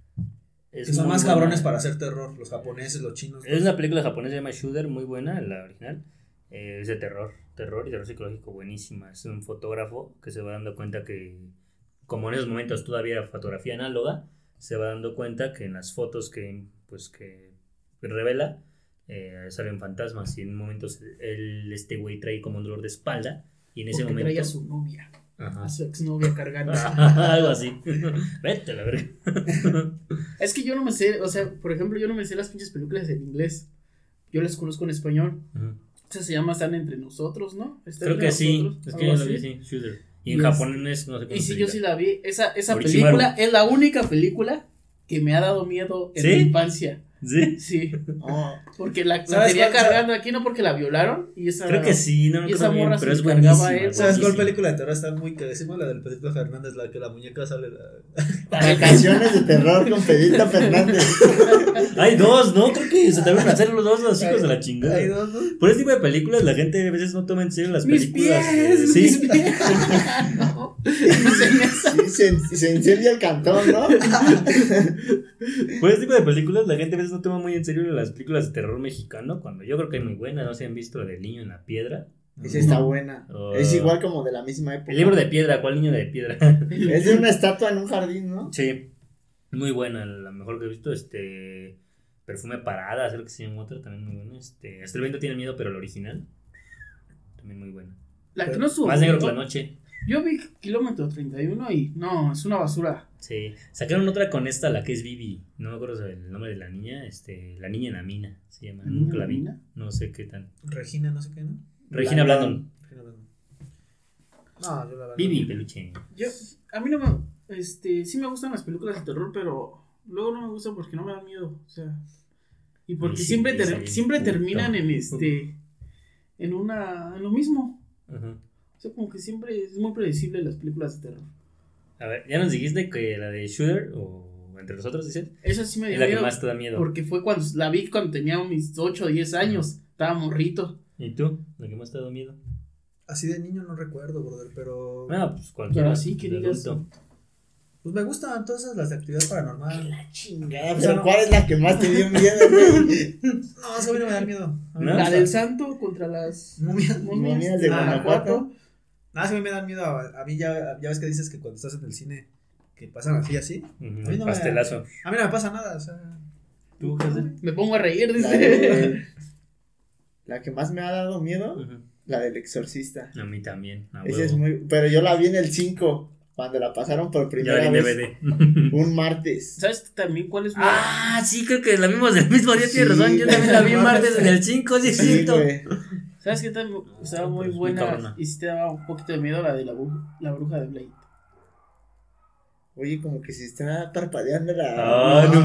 Es que son muy más cabrones buena. para hacer terror. Los japoneses, los chinos. Es una película japonesa que se llama Shooter, muy buena, la original. Eh, es de terror, terror y terror psicológico, buenísima. Es un fotógrafo que se va dando cuenta que, como en esos momentos todavía era fotografía análoga, se va dando cuenta que en las fotos que, pues, que revela eh, salen fantasmas. Y en momentos él, este güey trae como un dolor de espalda. Y en ese Porque momento. trae a su novia, Ajá. a su exnovia cargando. <laughs> Algo así. <laughs> Vete a la verga. Es que yo no me sé, o sea, por ejemplo, yo no me sé las pinches películas en inglés. Yo las conozco en español. Ujú. Esa se llama Están entre nosotros, ¿no? Está Creo entre que sí. nosotros, Es que algo yo lo así. vi, sí. Shooter. Y en Y este- japonés no sé cómo Y se sí, yo diga. sí la vi. Esa, esa Orochimaru. película es la única película que me ha dado miedo en ¿Sí? mi infancia. Sí. Sí, Oh, porque <laughs> la, la ¿Sabes tenía cuál- cargando aquí, no porque la violaron. Y esa, Creo que sí, no me Y esa acuerdo bien, morra pero se es encargaba buenísima. él. ¿Sabes cuál buenísima. película de terror está muy carísima? La del Pedrito Fernández, la que la muñeca sale. la- para <laughs> canciones de terror con <laughs> Pedrito Fernández. Hay dos, ¿no? Creo que se deben hacer los dos los hijos de la chingada. Hay dos, ¿no? Por ese tipo de películas la gente a veces no toma en serio las Mis películas. eh, pies, sí. mis pies. <laughs> <laughs> No, no sé en esa. Sí, se, se incendia el cantón, ¿no? Por ese tipo de películas la gente a veces no toma muy en serio las películas de terror mexicano cuando yo creo que hay muy buenas, no sé si han visto la del niño en la piedra. Esa está buena. Oh. Es igual como de la misma época. El libro de piedra, ¿cuál niño de piedra? <laughs> Es de una estatua en un jardín, ¿no? sí. Muy buena, la mejor que he visto, este Perfume Parada, creo que se llama otra, también muy buena. Este, Hasta el viento tiene miedo, pero la original. También muy buena. La que no subo. Más negro que la noche. Yo vi kilómetro 31 y no, es una basura. Sí, sacaron otra con esta, la que es Vivi. No me acuerdo el nombre de la niña. Este, la niña en la mina se llama. Mm. Nunca la vi. mina? No sé qué tan. Regina, no sé qué, ¿no? Regina Blandon. Regina Blandon. No, yo la verdad. Vivi, no. peluche. Yo, a mí no me, este, sí me gustan las películas de terror, pero luego no me gustan porque no me dan miedo, o sea, y porque Y sí, siempre, y ter- salen siempre puto. terminan en este, en una, en lo mismo, Ajá. o sea, como que siempre es muy predecible las películas de terror. A ver, ya nos dijiste que la de Shooter o como entre nosotros, dices, Esa sí me es dio la que miedo. más te da miedo. Porque fue cuando la vi cuando tenía mis 8 o 10 años. Estaba morrito. ¿Y tú? ¿La que más te da miedo? Así de niño no recuerdo, brother, pero. Bueno, pues cualquiera. Pero sí que de digas- adulto. Pues me gustan todas las de actividad paranormal. pues, Chingada, pero ¿cuál es la que más te dio miedo, güey? No, esa güey no me da miedo. A mí ¿No? me La gusta. del santo contra las Momias. momias, Momias de Ah, Guanajuato. No, esa güey me dan miedo. A, a mí ya, ya ves que dices que cuando estás en el cine que pasan así, así. Ujú, A mí no me- Pastelazo. A mí no me pasa nada, o sea. ¿Tú, Hazel? Me pongo a reír, La, dice. de- la que más me ha dado miedo, Ujú. la del exorcista. A mí también. a Esa es Ah, huevo. muy. Pero yo la vi en el 5, cuando la pasaron por Ya primera la vi vez. en DVD. Un martes. <laughs> ¿Sabes también cuál es? mi- Ah, sí, creo que la vimos el mismo día, tienes Sí, razón. Yo también la vi <laughs> no martes mames. en el 5, sí, es Sí, cierto. güey. ¿Sabes qué también estaba muy pero es muy buena? cabrona. y sí te daba un poquito de miedo la de la, bru- la bruja de Blade. Oye, como que se está parpadeando la. Ah, no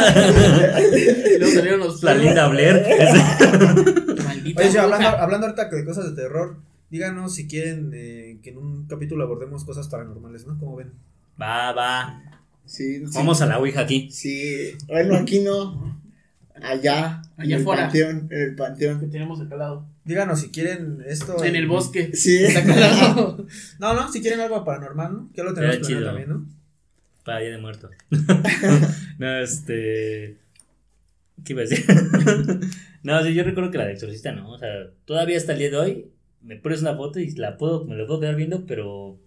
Y luego salieron los La linda Blair. <laughs> Maldita Oye, sí, hablando, bruja. hablando ahorita que de cosas de terror, díganos si quieren eh, que en un capítulo abordemos cosas paranormales, ¿no? Como ven. Va, va. Sí, sí. Vamos a la Ouija aquí. Sí, bueno, aquí no. Allá. en Allá el afuera. Panteón, en el Que panteón. tenemos acá al lado. Díganos si quieren esto. En el <laughs> bosque. Sí. Está acá al <laughs> lado. No, no, si quieren algo paranormal, ¿no? Que lo tenemos Era planeado chido. también, ¿no? Para Día <laughs> de Muertos. <laughs> no, este. ¿Qué iba a decir? <laughs> no, sí, yo recuerdo que la de Exorcista no. O sea, todavía hasta el día de hoy me pones una foto y la puedo, me la puedo quedar viendo, pero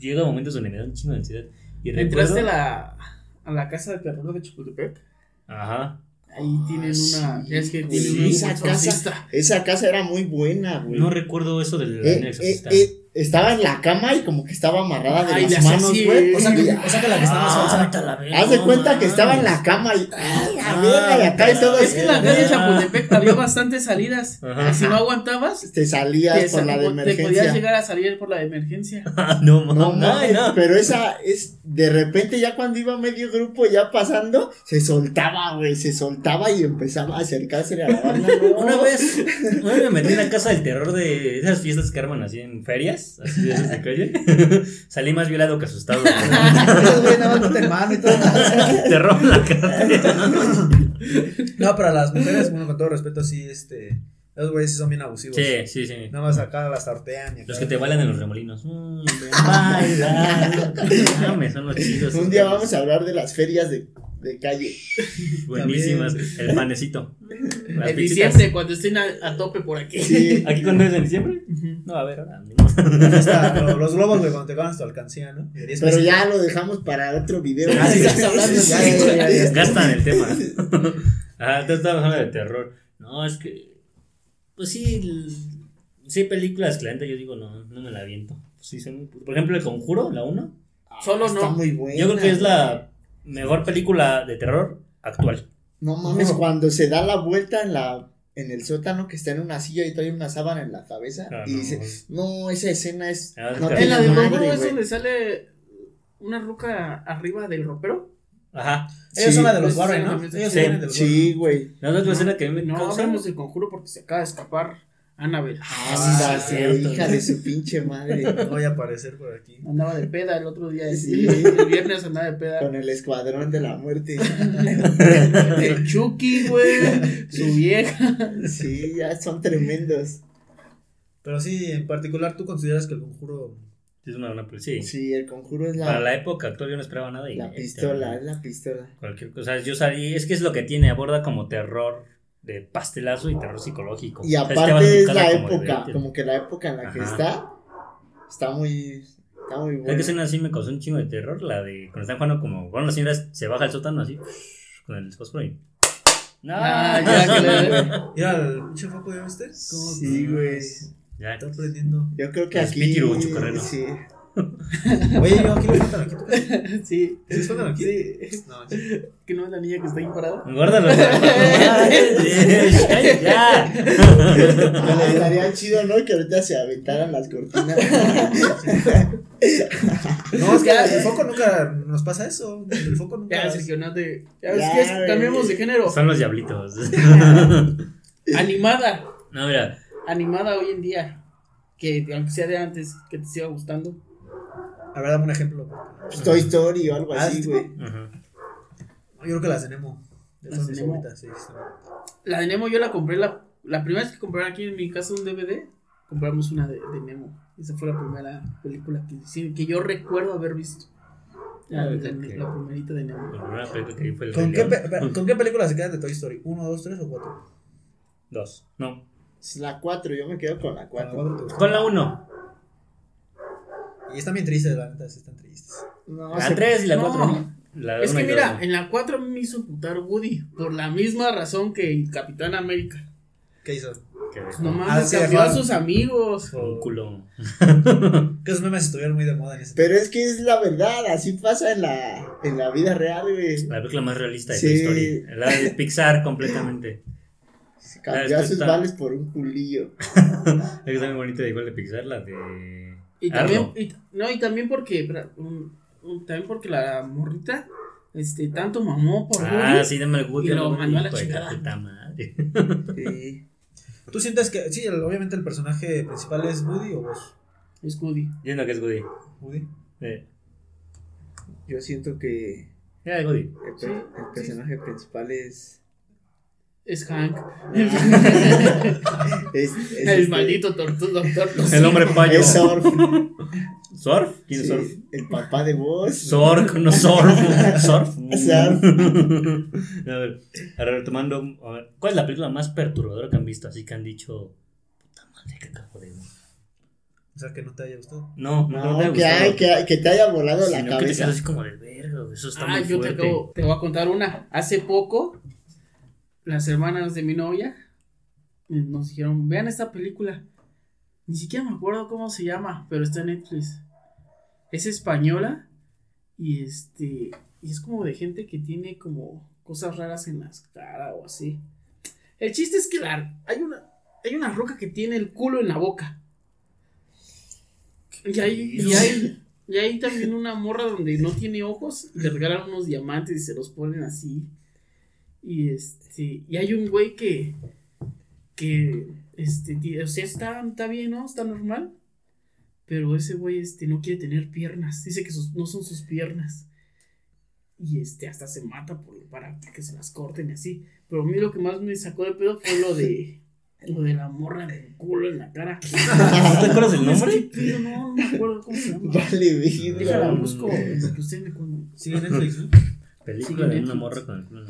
llega momentos donde me da un chingo de ansiedad. Y Entraste a recuerdo- la, a la casa de terror de Chapultepec. Ajá. Ahí tienen sí, una. Es que güey, tienen un esa casa. exorcista. Esa casa era muy buena, güey. No recuerdo eso del Eh, Exorcista. eh, eh, estaba en la cama y como que estaba amarrada de Ay, Ah, le las hacía manos, así, güey. eh. O sea, que- o sea, que la que estaba Ah, salsa. ta la verga, haz de no cuenta que mames. estaba en la cama y. ¡Ah, la Ah, verga! Y acá y todo. Es que en la así, casa de güey. Chapultepec había bastantes salidas. Ajá. Si no aguantabas, Te salías te, por la de te podías emergencia. llegar a salir por la de emergencia. Ah, no, No, mames. Ay, mames, no. pero esa es de repente ya cuando iba medio grupo ya pasando, se soltaba, güey, se soltaba y empezaba a acercarse a la banda. ¿no? Una vez, una vez me metí en la casa del terror de esas fiestas que arman así en ferias, así de esas de calle. <laughs> Salí más violado que asustado. <laughs> güey. <laughs> Esos güey nada más meten mano y todo. Te roban la cartera. No, pero a las mujeres, bueno, con todo respeto, sí, este. Los güeyes sí son bien abusivos. Sí, sí, sí. Nada más acá las sortean y acá. Los que te bailan en los remolinos. Mm, ven, baila. <laughs> Mames, son los chidos. Un día vamos a hablar de las ferias de, de calle. <laughs> Buenísimas. El panecito. Las en pizzas. diciembre, cuando estén a, a tope por aquí. Sí, ¿Aquí cuando es en diciembre? Ujú. No, a ver, ahora. Ahí está, lo- los globos, güey, cuando te ganas tu alcancía, ¿no? De 10 pero pesos. ya lo dejamos para otro video. Ah, sí, Ya, ya, ya, ya, ya. Gastan <laughs> el tema. Ajá, tú estabas hablando de terror. No, es que. Pues sí. l- Sí, hay películas que la neta yo digo, no, no me la aviento. Sí, son muy- Por ejemplo, El Conjuro, la 1. Solo Está no. muy buena. Yo creo que es la mejor película de terror actual. No mames, cuando se da la vuelta en la en el sótano que está en una silla y trae una sábana en la cabeza Ah, y no. dice, "No, esa escena es Ah, no está tiene En la del madre, conjuro es güey". donde sale una ruca arriba del ropero. Ajá. Ellos Sí, son la de los pues, Warren, ¿no? sí, Ellos sí. vienen de los Warren. Sí, güey. La otra escena que a mí me No causa- hablamos del conjuro porque se acaba de escapar Annabel. Anda, Ah, sí, cierto. hija de su pinche madre. No voy a aparecer por aquí. Andaba de peda el otro día. Sí. El viernes andaba de peda. Con el escuadrón de la <laughs> muerte. El Chucky, güey. Su vieja. Sí, ya son tremendos. Pero sí, en particular, ¿tú consideras que el conjuro Es una buena película. Sí. Sí, el conjuro es Para la, la época actual yo no esperaba nada. Y la este, pistola, es la pistola. Cualquier cosa. Yo salí. Es que es lo que tiene. Aborda como terror de pastelazo y terror psicológico. Y O sea, este te vas a aparte es buscar la como de época, veinte. como que la época en la que Ajá. está, está muy, está muy La que buena. escena así me causó un chingo de terror, la de cuando están jugando como, bueno, la señora se baja al sótano así, con el fósforo y... No, Ah, ya, que le- Mira, el pinche foco, ¿ya viste? Cómo Sí, güey. Ya. está prendiendo. Yo creo que Es aquí. Pitiru, Chucarrero. Sí. Oye, yo aquí lo faltan aquí. ¿tú crees? Sí. ¿Sí les faltan aquí? <laughs> Sí. No, sí. Que no es la niña que está ahí parada. Guárdalo. Ay, ya. Ah, Estaría chido, ¿no? Que ahorita se aventaran las cortinas. No, es que el foco nunca nos pasa eso. El foco nunca. Ya, Sergio, no te. Ya, Ya, es que es- güey. cambiamos de género. Son los diablitos. Animada. No, mira, Animada hoy en día. Que aunque sea de antes, que te siga gustando. A ver, dame un ejemplo. Pues, Toy Story o algo Ah, así, sí. güey. Yo creo que las de Nemo. Esas Las son de mis Nemo. favoritas, sí, sí. La de Nemo yo la compré la, la primera vez que compraron aquí en mi casa un DVD, compramos una de, de Nemo. Esa fue la primera película que, sí, que yo recuerdo haber visto. Ah, La, la- la primerita de Nemo. La primera película que vi fue el ¿Con Rey qué, Pues León. pe- pe- ¿Con qué película se quedan de Toy Story? ¿Uno, dos, tres o cuatro? Dos. No. Es La 4, yo me quedo con la 4. Cuatro, te Con la gustan. uno. Y están bien tristes, la neta, sí están tristes. No, La se- tres y la No. cuatro. no. La Es uno que y la mira, dos. en la 4 me hizo putar Woody, por la misma razón que el Capitán América. ¿Qué hizo? Que No Ah, mames, sí, cambió a ajá. sus amigos. Un culo. Que esos memes estuvieron muy de moda en ese Pero es que es la verdad, así pasa en la, en la vida real, güey. La película más realista de Sí. Toy Story. La de Pixar completamente. Se Ah, cambió a es que sus está- vales por un culillo. Es que está muy bonita de igual de Pixar, la de. Y Arlo. también, y t- no, y también porque, espera, un- un- también porque la morrita, este, tanto mamó por Ah, Woody. sí, dame el Woody. Y lo dame el mandó a la hijo de chingada. puta <laughs> madre. Sí. ¿Tú sientes que, sí, el- obviamente el personaje principal es Woody o vos? Es Woody. Yo no que es Woody. Woody. Eh, Yo siento que Ya, es Woody. el, Sí, per- el personaje principal es. Es Hank. Ah, <laughs> es, es el este- maldito tortu- doctor. El hombre payo. Es Sorf. ¿Surf? ¿Quién es Sí, Surf? El papá de vos. Sork, no Sorf. Sorf. Surf. a ver, a ver, retomando. a ver, ¿Cuál es la película más perturbadora que han visto? Así que han dicho. Puta madre, que acabo de ver. O sea, que no te haya gustado. No, no, no, No, que, hay, que, hay- que te haya volado la Sino que te quedas cabeza. <laughs> así como de verga, güey, eso está Ah, muy yo te, fuerte. acabo, te voy a contar una. Hace poco, las hermanas de mi novia eh, nos dijeron, vean esta película. Ni siquiera me acuerdo cómo se llama, pero está en Netflix. Es española y este y es como de gente que tiene como cosas raras en las caras o así. El chiste es que la- hay una hay una roca que tiene el culo en la boca. Y hay, y hay, y hay también una morra donde no tiene ojos, le regalan unos diamantes y se los ponen así. Y este, y hay un güey que, que, este, ti- o sea, está, está bien, ¿no? Está normal. Pero ese güey, este, no quiere tener piernas. Dice que sus- no son sus piernas. Y este, hasta se mata por, para que se las corten y así. Pero a mí lo que más me sacó de pedo fue lo de, lo de la morra del culo en la cara. ¿No <laughs> te acuerdas del nombre? Es que, tío, no, no me acuerdo cómo se llama. Vale, Déjala, virga. la busco. en lo que usted me con- Sí, en Netflix, ¿no? Película de una morra con el culo.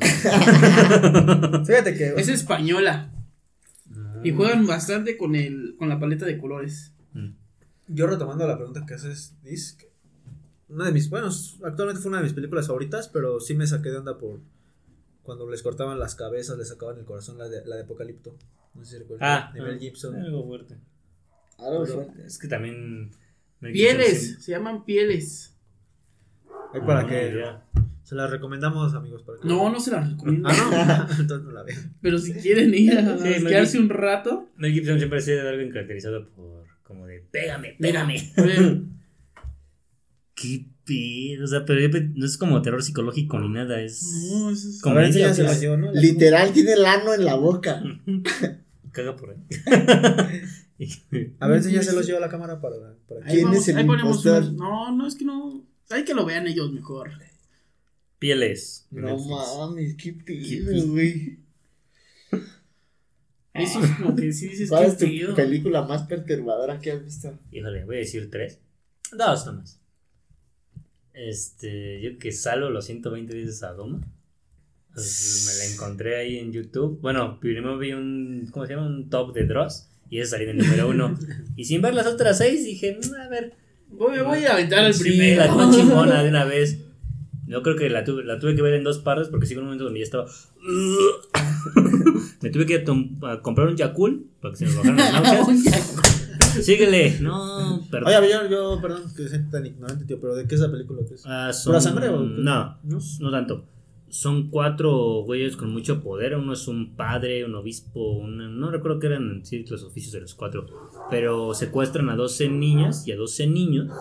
Fíjate que. Es española y juegan bastante con el con la paleta de colores. Yo retomando la pregunta que haces, Disc, una de mis, bueno, s- actualmente fue una de mis películas favoritas, pero sí me saqué de onda por cuando les cortaban las cabezas, les sacaban el corazón, la de, la de Apocalipto. No sé si recuerdas. Ah, de Mel Gibson. Algo fuerte. Algo Pero- fuerte. Es que también. me Pieles, se llaman pieles. Ahí para Ah, que ya. se las recomendamos, amigos. Para que No, no se las recomiendo. Ah, no. <laughs> Entonces no la veo. Pero si quieren <laughs> ir a Sí, me quedarse vi. un rato, Mel Gibson siempre ha sido alguien caracterizado por. Como de pégame, mira, pégame. ve, <laughs> Qué pedo. O sea, pero yo pe- no es como terror psicológico ni nada. Es. No, eso es- A como ver, enséñaselas yo, ¿no? Literal tiene el ano en la boca. Caga por ahí. A ver, enséñaselos yo a la cámara para, para que- ahí, ¿Quién vamos- es el ahí ponemos impostor? unos- No, no, es que no. Hay que lo vean ellos mejor. Pieles. No mames, qué Qué pido, güey. Ah. Eso es como que sí dices ¿Cuál es que tu pedo. película más perturbadora que has visto? Híjole, voy a decir tres. Dos nomás. Este, yo que salvo los 120 días de Sadoma. Pues, me la encontré ahí en YouTube. Bueno, primero vi un, ¿cómo se llama? Un top de Dross. Y ese salí en el número <laughs> uno. Y sin ver las otras seis, dije, "Mm, a ver. Voy, voy a aventar el sí, primero. la tuve chingona <laughs> de una vez. Yo creo que la tuve, la tuve que ver en dos partes porque sí, hubo un momento donde ya <laughs> estaba. me tuve que tom- a comprar un Yakul para <laughs> que se me bajaran las náuseas. Síguele. No, perdón. Oye, yo, yo, perdón que sea tan ignorante, tío, pero ¿de qué es la película? ¿Qué es? Ah, son- ¿Pura sangre o qué? No, ¿No? no tanto. Son cuatro güeyes con mucho poder. Uno es un padre, un obispo, un- no recuerdo que eran en sí, los oficios de los cuatro. Pero secuestran a 12 niñas y a 12 niños.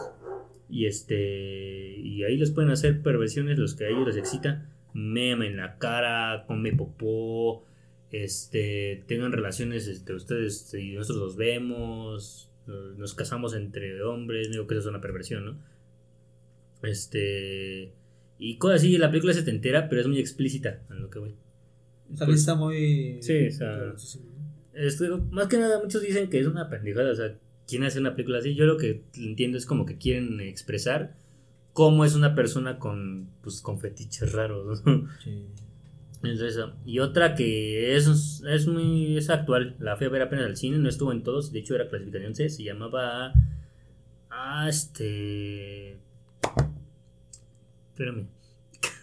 Y este y ahí les pueden hacer perversiones los que a ellos les excita. Meme en la cara, come popó, este, tengan relaciones entre ustedes y nosotros los vemos, eh, nos casamos entre hombres, digo que eso es una perversión, ¿no? Este. Y cosas así, la película se te entera, pero es muy explícita a lo que voy. Pues, O pues sea, está muy. Sí, o sea, Este, más que nada, muchos dicen que es una pendejada. O sea, ¿quién hace una película así? Yo lo que entiendo es como que quieren expresar cómo es una persona con, pues, con fetiches raros. ¿no? Sí. Entonces, ah, y otra que es, es muy es actual, la fui a ver apenas al cine, no estuvo en todos, de hecho era clasificación C, se llamaba. Ah, este. Espérame.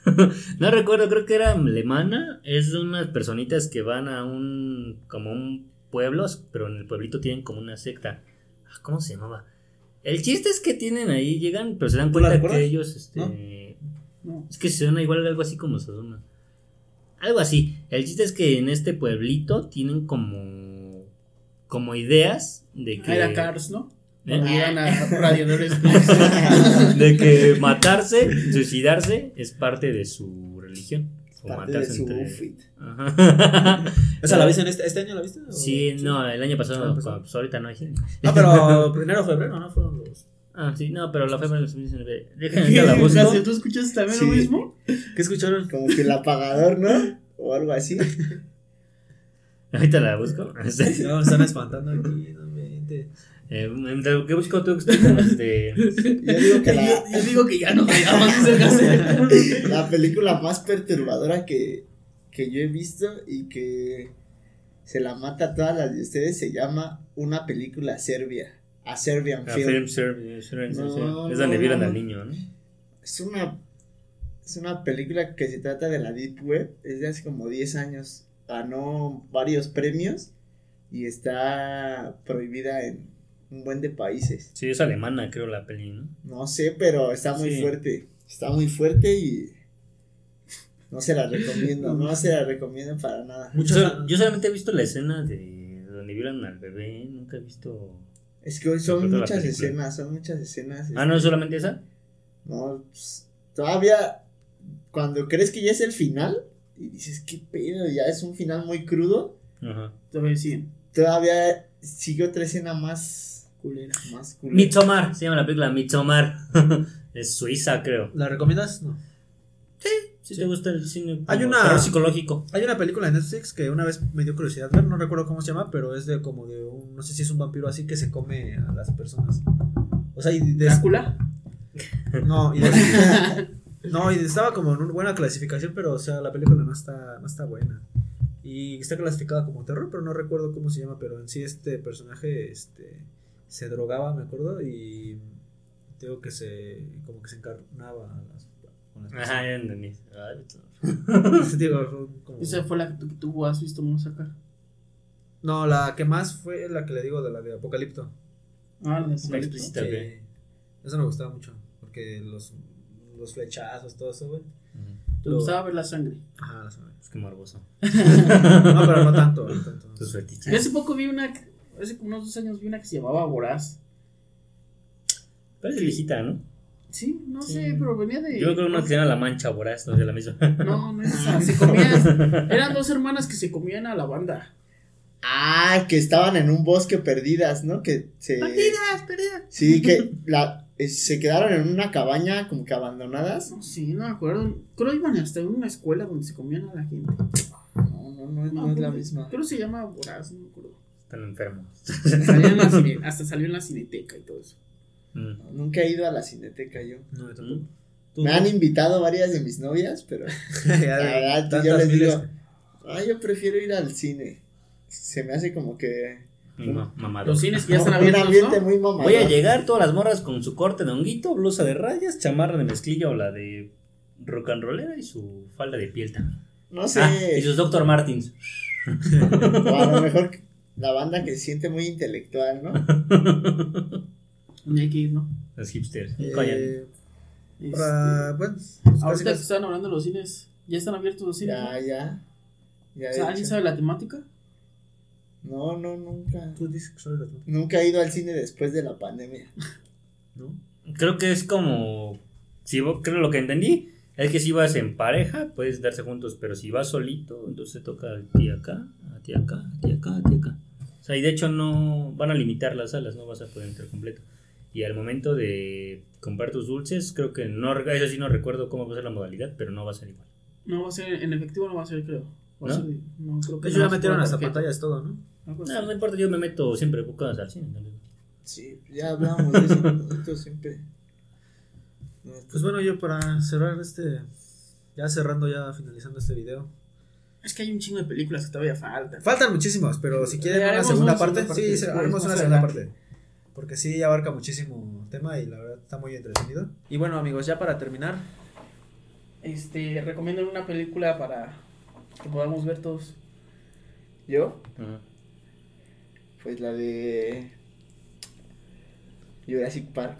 <laughs> no recuerdo, creo que era alemana. Es de unas personitas que van a un. como un pueblo, pero en el pueblito tienen como una secta. Ah, ¿Cómo se llamaba? El chiste es que tienen ahí, llegan, pero se dan ¿Tú la cuenta que recuerdas? ellos. Este, ¿No? No. es que se suena igual algo así como Sodoma. Algo así. El chiste es que en este pueblito tienen como. como ideas de que. Ah, Era Cars, ¿no? ¿Eh? Donde iban a <laughs> radiadores. <laughs> de <laughs> que matarse, suicidarse, es parte de su religión. O Parte de su entre- outfit. Ajá. <laughs> O sea, ¿la viste en este, este año? ¿La viste? o- Sí, no, el año Ah, pasado, empezó. cuando- pues ahorita no hay cine. Ah, pero <laughs> primero febrero, ¿no? Fueron los. Ah, sí, no, pero la fe en el 2019. Déjenme ahorita la busco. Gracias, ¿tú escuchas también lo Sí. mismo? ¿Qué escucharon? Como que el apagador, ¿no? O algo así. Ahorita la busco. <laughs> Este, No, me están espantando aquí, no miente. eh, mientras que busco tú, este, Yo digo que la, <laughs> Yo, yo digo que ya no vayamos a hacer <laughs> la película más perturbadora que, que yo he visto y que se la mata a todas las de ustedes se llama Una película serbia. A Serbian La Film. Film Service, Service, No, sí. es no, donde vieron no, al no. niño, ¿no? Es una, es una película que se trata de la Deep Web. Es de hace como 10 años. Ganó varios premios y está prohibida en un buen de países. Sí, es alemana, creo, la peli, ¿no? No sé, pero está muy Sí. fuerte. Está muy fuerte y. No se la recomiendo, no se la recomiendo para nada. Muchos. So- yo solamente he visto la escena de donde violan al bebé, nunca he visto... Es que hoy Se son trata la muchas película. escenas, son muchas escenas. Ah, este, ¿no es solamente esa? no, pues, todavía cuando crees que ya es el final y dices, qué pedo, ya es un final muy crudo, Ajá. Todavía siguen. todavía sigue otra escena más culera, más culera. Midsommar, se llama la película Midsommar. <laughs> es suiza, creo. ¿La recomiendas? No. Si Sí. te gusta el cine Hay como una- terror psicológico. Hay una película de Netflix que una vez me dio curiosidad ver, no recuerdo cómo se llama, pero es de como de un, no sé si es un vampiro así que se come a las personas. O sea, y de, ¿Drácula? no, y de- <laughs> no, y estaba como en una buena clasificación, pero o sea, la película no está, no está buena. Y está clasificada como terror, pero no recuerdo cómo se llama, pero en sí este personaje este se drogaba, me acuerdo, y digo que se como que se encarnaba a las, con las Ajá, ya entendí. personas. <laughs> Digo, fue como- Esa fue la que tú, tú has visto vamos a sacar. No, la que más fue la que le digo de la de Apocalipto. Ah, la de explícita. Está Sí. bien. Eso me gustaba mucho. Porque los, los flechazos, todo eso, güey. Te gustaba ver la sangre. Ajá, las manos. Es que morboso. No, pero no tanto. No tanto. Tus Yo fetiches. hace poco vi una, que- hace como unos dos años vi una que se llamaba Voraz. Pero es viejita, ¿no? Sí, no Sí. sé, pero venía de. Yo creo que una que se llama La Mancha Voraz, no sé, la misma. <laughs> No, no es esa. Se comían. Eran dos hermanas que se comían a la banda. Ah, que estaban en un bosque perdidas, ¿no? Que se... Ah, Perdidas, perdidas. Sí, que la, eh, se quedaron en una cabaña como que abandonadas. No, sí, no me acuerdo. Creo que iban hasta una escuela donde se comían a la gente. No, no, no, es- no es la misma. Creo que se llama Voraz, no me <laughs> acuerdo. Están enfermos. Salía en la cine- hasta salió en la cineteca y todo eso. Mm. Nunca he ido a la cineteca yo. No, yo tampoco. Tú, Me han invitado varias de mis novias, pero <laughs> ya este, de la verdad yo tantas les miles. digo, "Ah, yo prefiero ir al cine. Se me hace como que Mi ma- mamador. Los cines que ya <laughs> están un abiertos, ambiente ¿no? muy mamador. Voy a llegar todas las morras con su corte de honguito, blusa de rayas, chamarra de mezclilla o la de rock and rollera y su falda de piel también. No sé, Ah, y sus Dr. Martins. o a lo mejor la banda que se siente muy intelectual, <laughs> ¿no? Donde hay que ir, ¿no? Los hipsters. Eh, Coño. Este, para- Ah, bueno, casi, ahorita que casi. están hablando de los cines, ¿ya están abiertos los cines? Ya, ¿no? ya. Ya, O de sea, ¿Alguien hecho. sabe la temática? No, no, nunca. Tú dices que sabes las manos, Nunca he ido al cine después de la pandemia. ¿no? Creo que es como. Si vos- creo lo que entendí es que si vas en pareja, puedes darse juntos, pero si vas solito, entonces te toca a ti acá, a ti acá, a ti acá, a ti acá. O sea, y de hecho no van a limitar las salas, no vas a poder entrar completo. Y al momento de comprar tus dulces, creo que no, re- eso sí no recuerdo cómo va a ser la modalidad, pero no va a ser igual. No va a ser, en efectivo no va a ser, creo. Va a ¿No? ser- no, creo que Ellos no va ya a ser metieron por hasta tarjeta. pantallas todo, ¿no? Algo así. No, no importa, yo me meto siempre bucanas al cine. entonces. Sí, ya hablamos de eso un poquito siempre. No, Pues bueno, yo para cerrar este. Ya cerrando, ya finalizando este video. Es que hay un chingo de películas que todavía faltan. Faltan muchísimas, pero si quieren Le una haremos segunda una parte, segunda parte sí, se- después, haremos más una segunda adelante. parte. Porque sí abarca muchísimo tema y la verdad está muy entretenido. Y bueno, amigos, ya para terminar, Este, recomiendan una película para que podamos ver todos. ¿Yo? Pues la de Jurassic Park.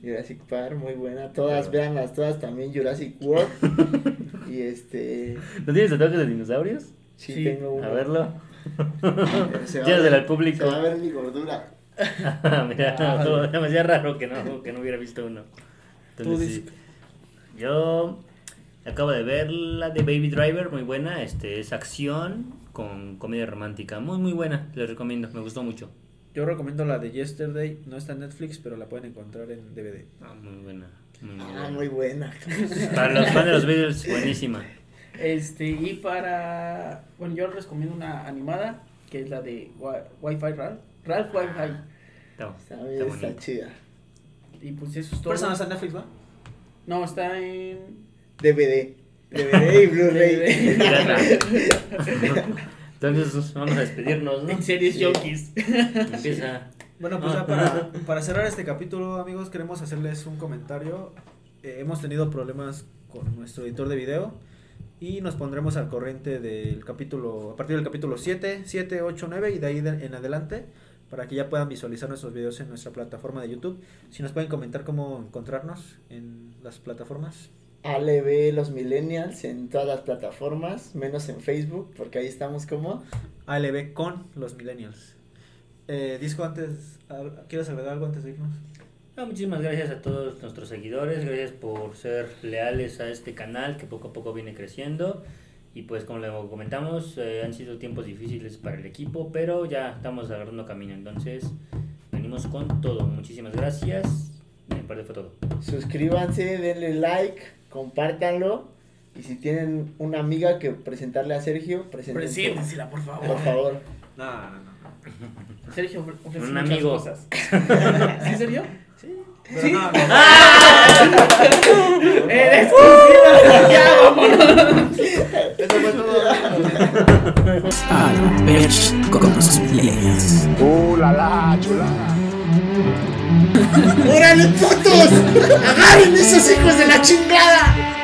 Jurassic Park, muy buena. Todas, veanlas todas también. Jurassic World. y este. ¿No tienes tatuajes de dinosaurios? Sí, Sí, tengo uno. A verlo. Se va a Díaselo ver- al Se público. va a ver mi gordura. <laughs> Mira, todo, se me hacía raro que no, que no hubiera visto uno. Entonces, sí. Yo acabo de ver la de Baby Driver, muy buena. Este, es acción con comedia romántica. Muy, muy buena. Les recomiendo, me gustó mucho. yo recomiendo la de Yesterday. No está en Netflix, pero la pueden encontrar en DVD. Ah, muy buena. Muy, muy Ah, buena. muy buena. Para los fans de los Beatles, buenísima. Este, y para. Bueno, yo les recomiendo una animada que es la de Wi- Wi-Fi Ralph. Ralph Wi-Fi. Está, Está, está bien, está bonito. chida. Y pues eso es todo. Pero esa no está en Netflix, ¿va? No, está en. DVD. DVD y <laughs> <laughs> Blu-ray. <laughs> Entonces pues, vamos a despedirnos, ¿no? en series Sí. Jokis. Empieza. Bueno, pues Ah. ya para, para cerrar este capítulo, amigos, queremos hacerles un comentario. Eh, hemos tenido problemas con nuestro editor de video y nos pondremos al corriente del capítulo, a partir del capítulo 7, 7, 8, 9 y de ahí de- en adelante para que ya puedan visualizar nuestros videos en nuestra plataforma de YouTube. Si nos pueden comentar cómo encontrarnos en las plataformas. ALB Los Millennials en todas las plataformas, menos en Facebook, porque ahí estamos como. ALB con los millennials. Eh, disco antes, ah, ¿quieres agregar algo antes de irnos? No, Ah, muchísimas gracias a todos nuestros seguidores, gracias por ser leales a este canal que poco a poco viene creciendo. Y pues como lo comentamos, eh, han sido tiempos difíciles para el equipo, pero ya estamos agarrando camino, entonces venimos con todo. Muchísimas gracias. Me parte fue todo. Suscríbanse, denle like, compártanlo. Y si tienen una amiga que presentarle a Sergio, preséntensela. Preséntensela, por favor. Por favor. No, no, no. Sergio ofre- ofrece Un muchas amigo. cosas. <laughs> ¿Sí, <laughs> Sergio? Pero Sí. no, no. ¡Eres Eh, <laughs> exclusiva! <laughs> ¡Ya, vámonos! Eso fue todo. Al ver con los millennials. ¡Órale, putos! ¡Agarren esos hijos de la chingada!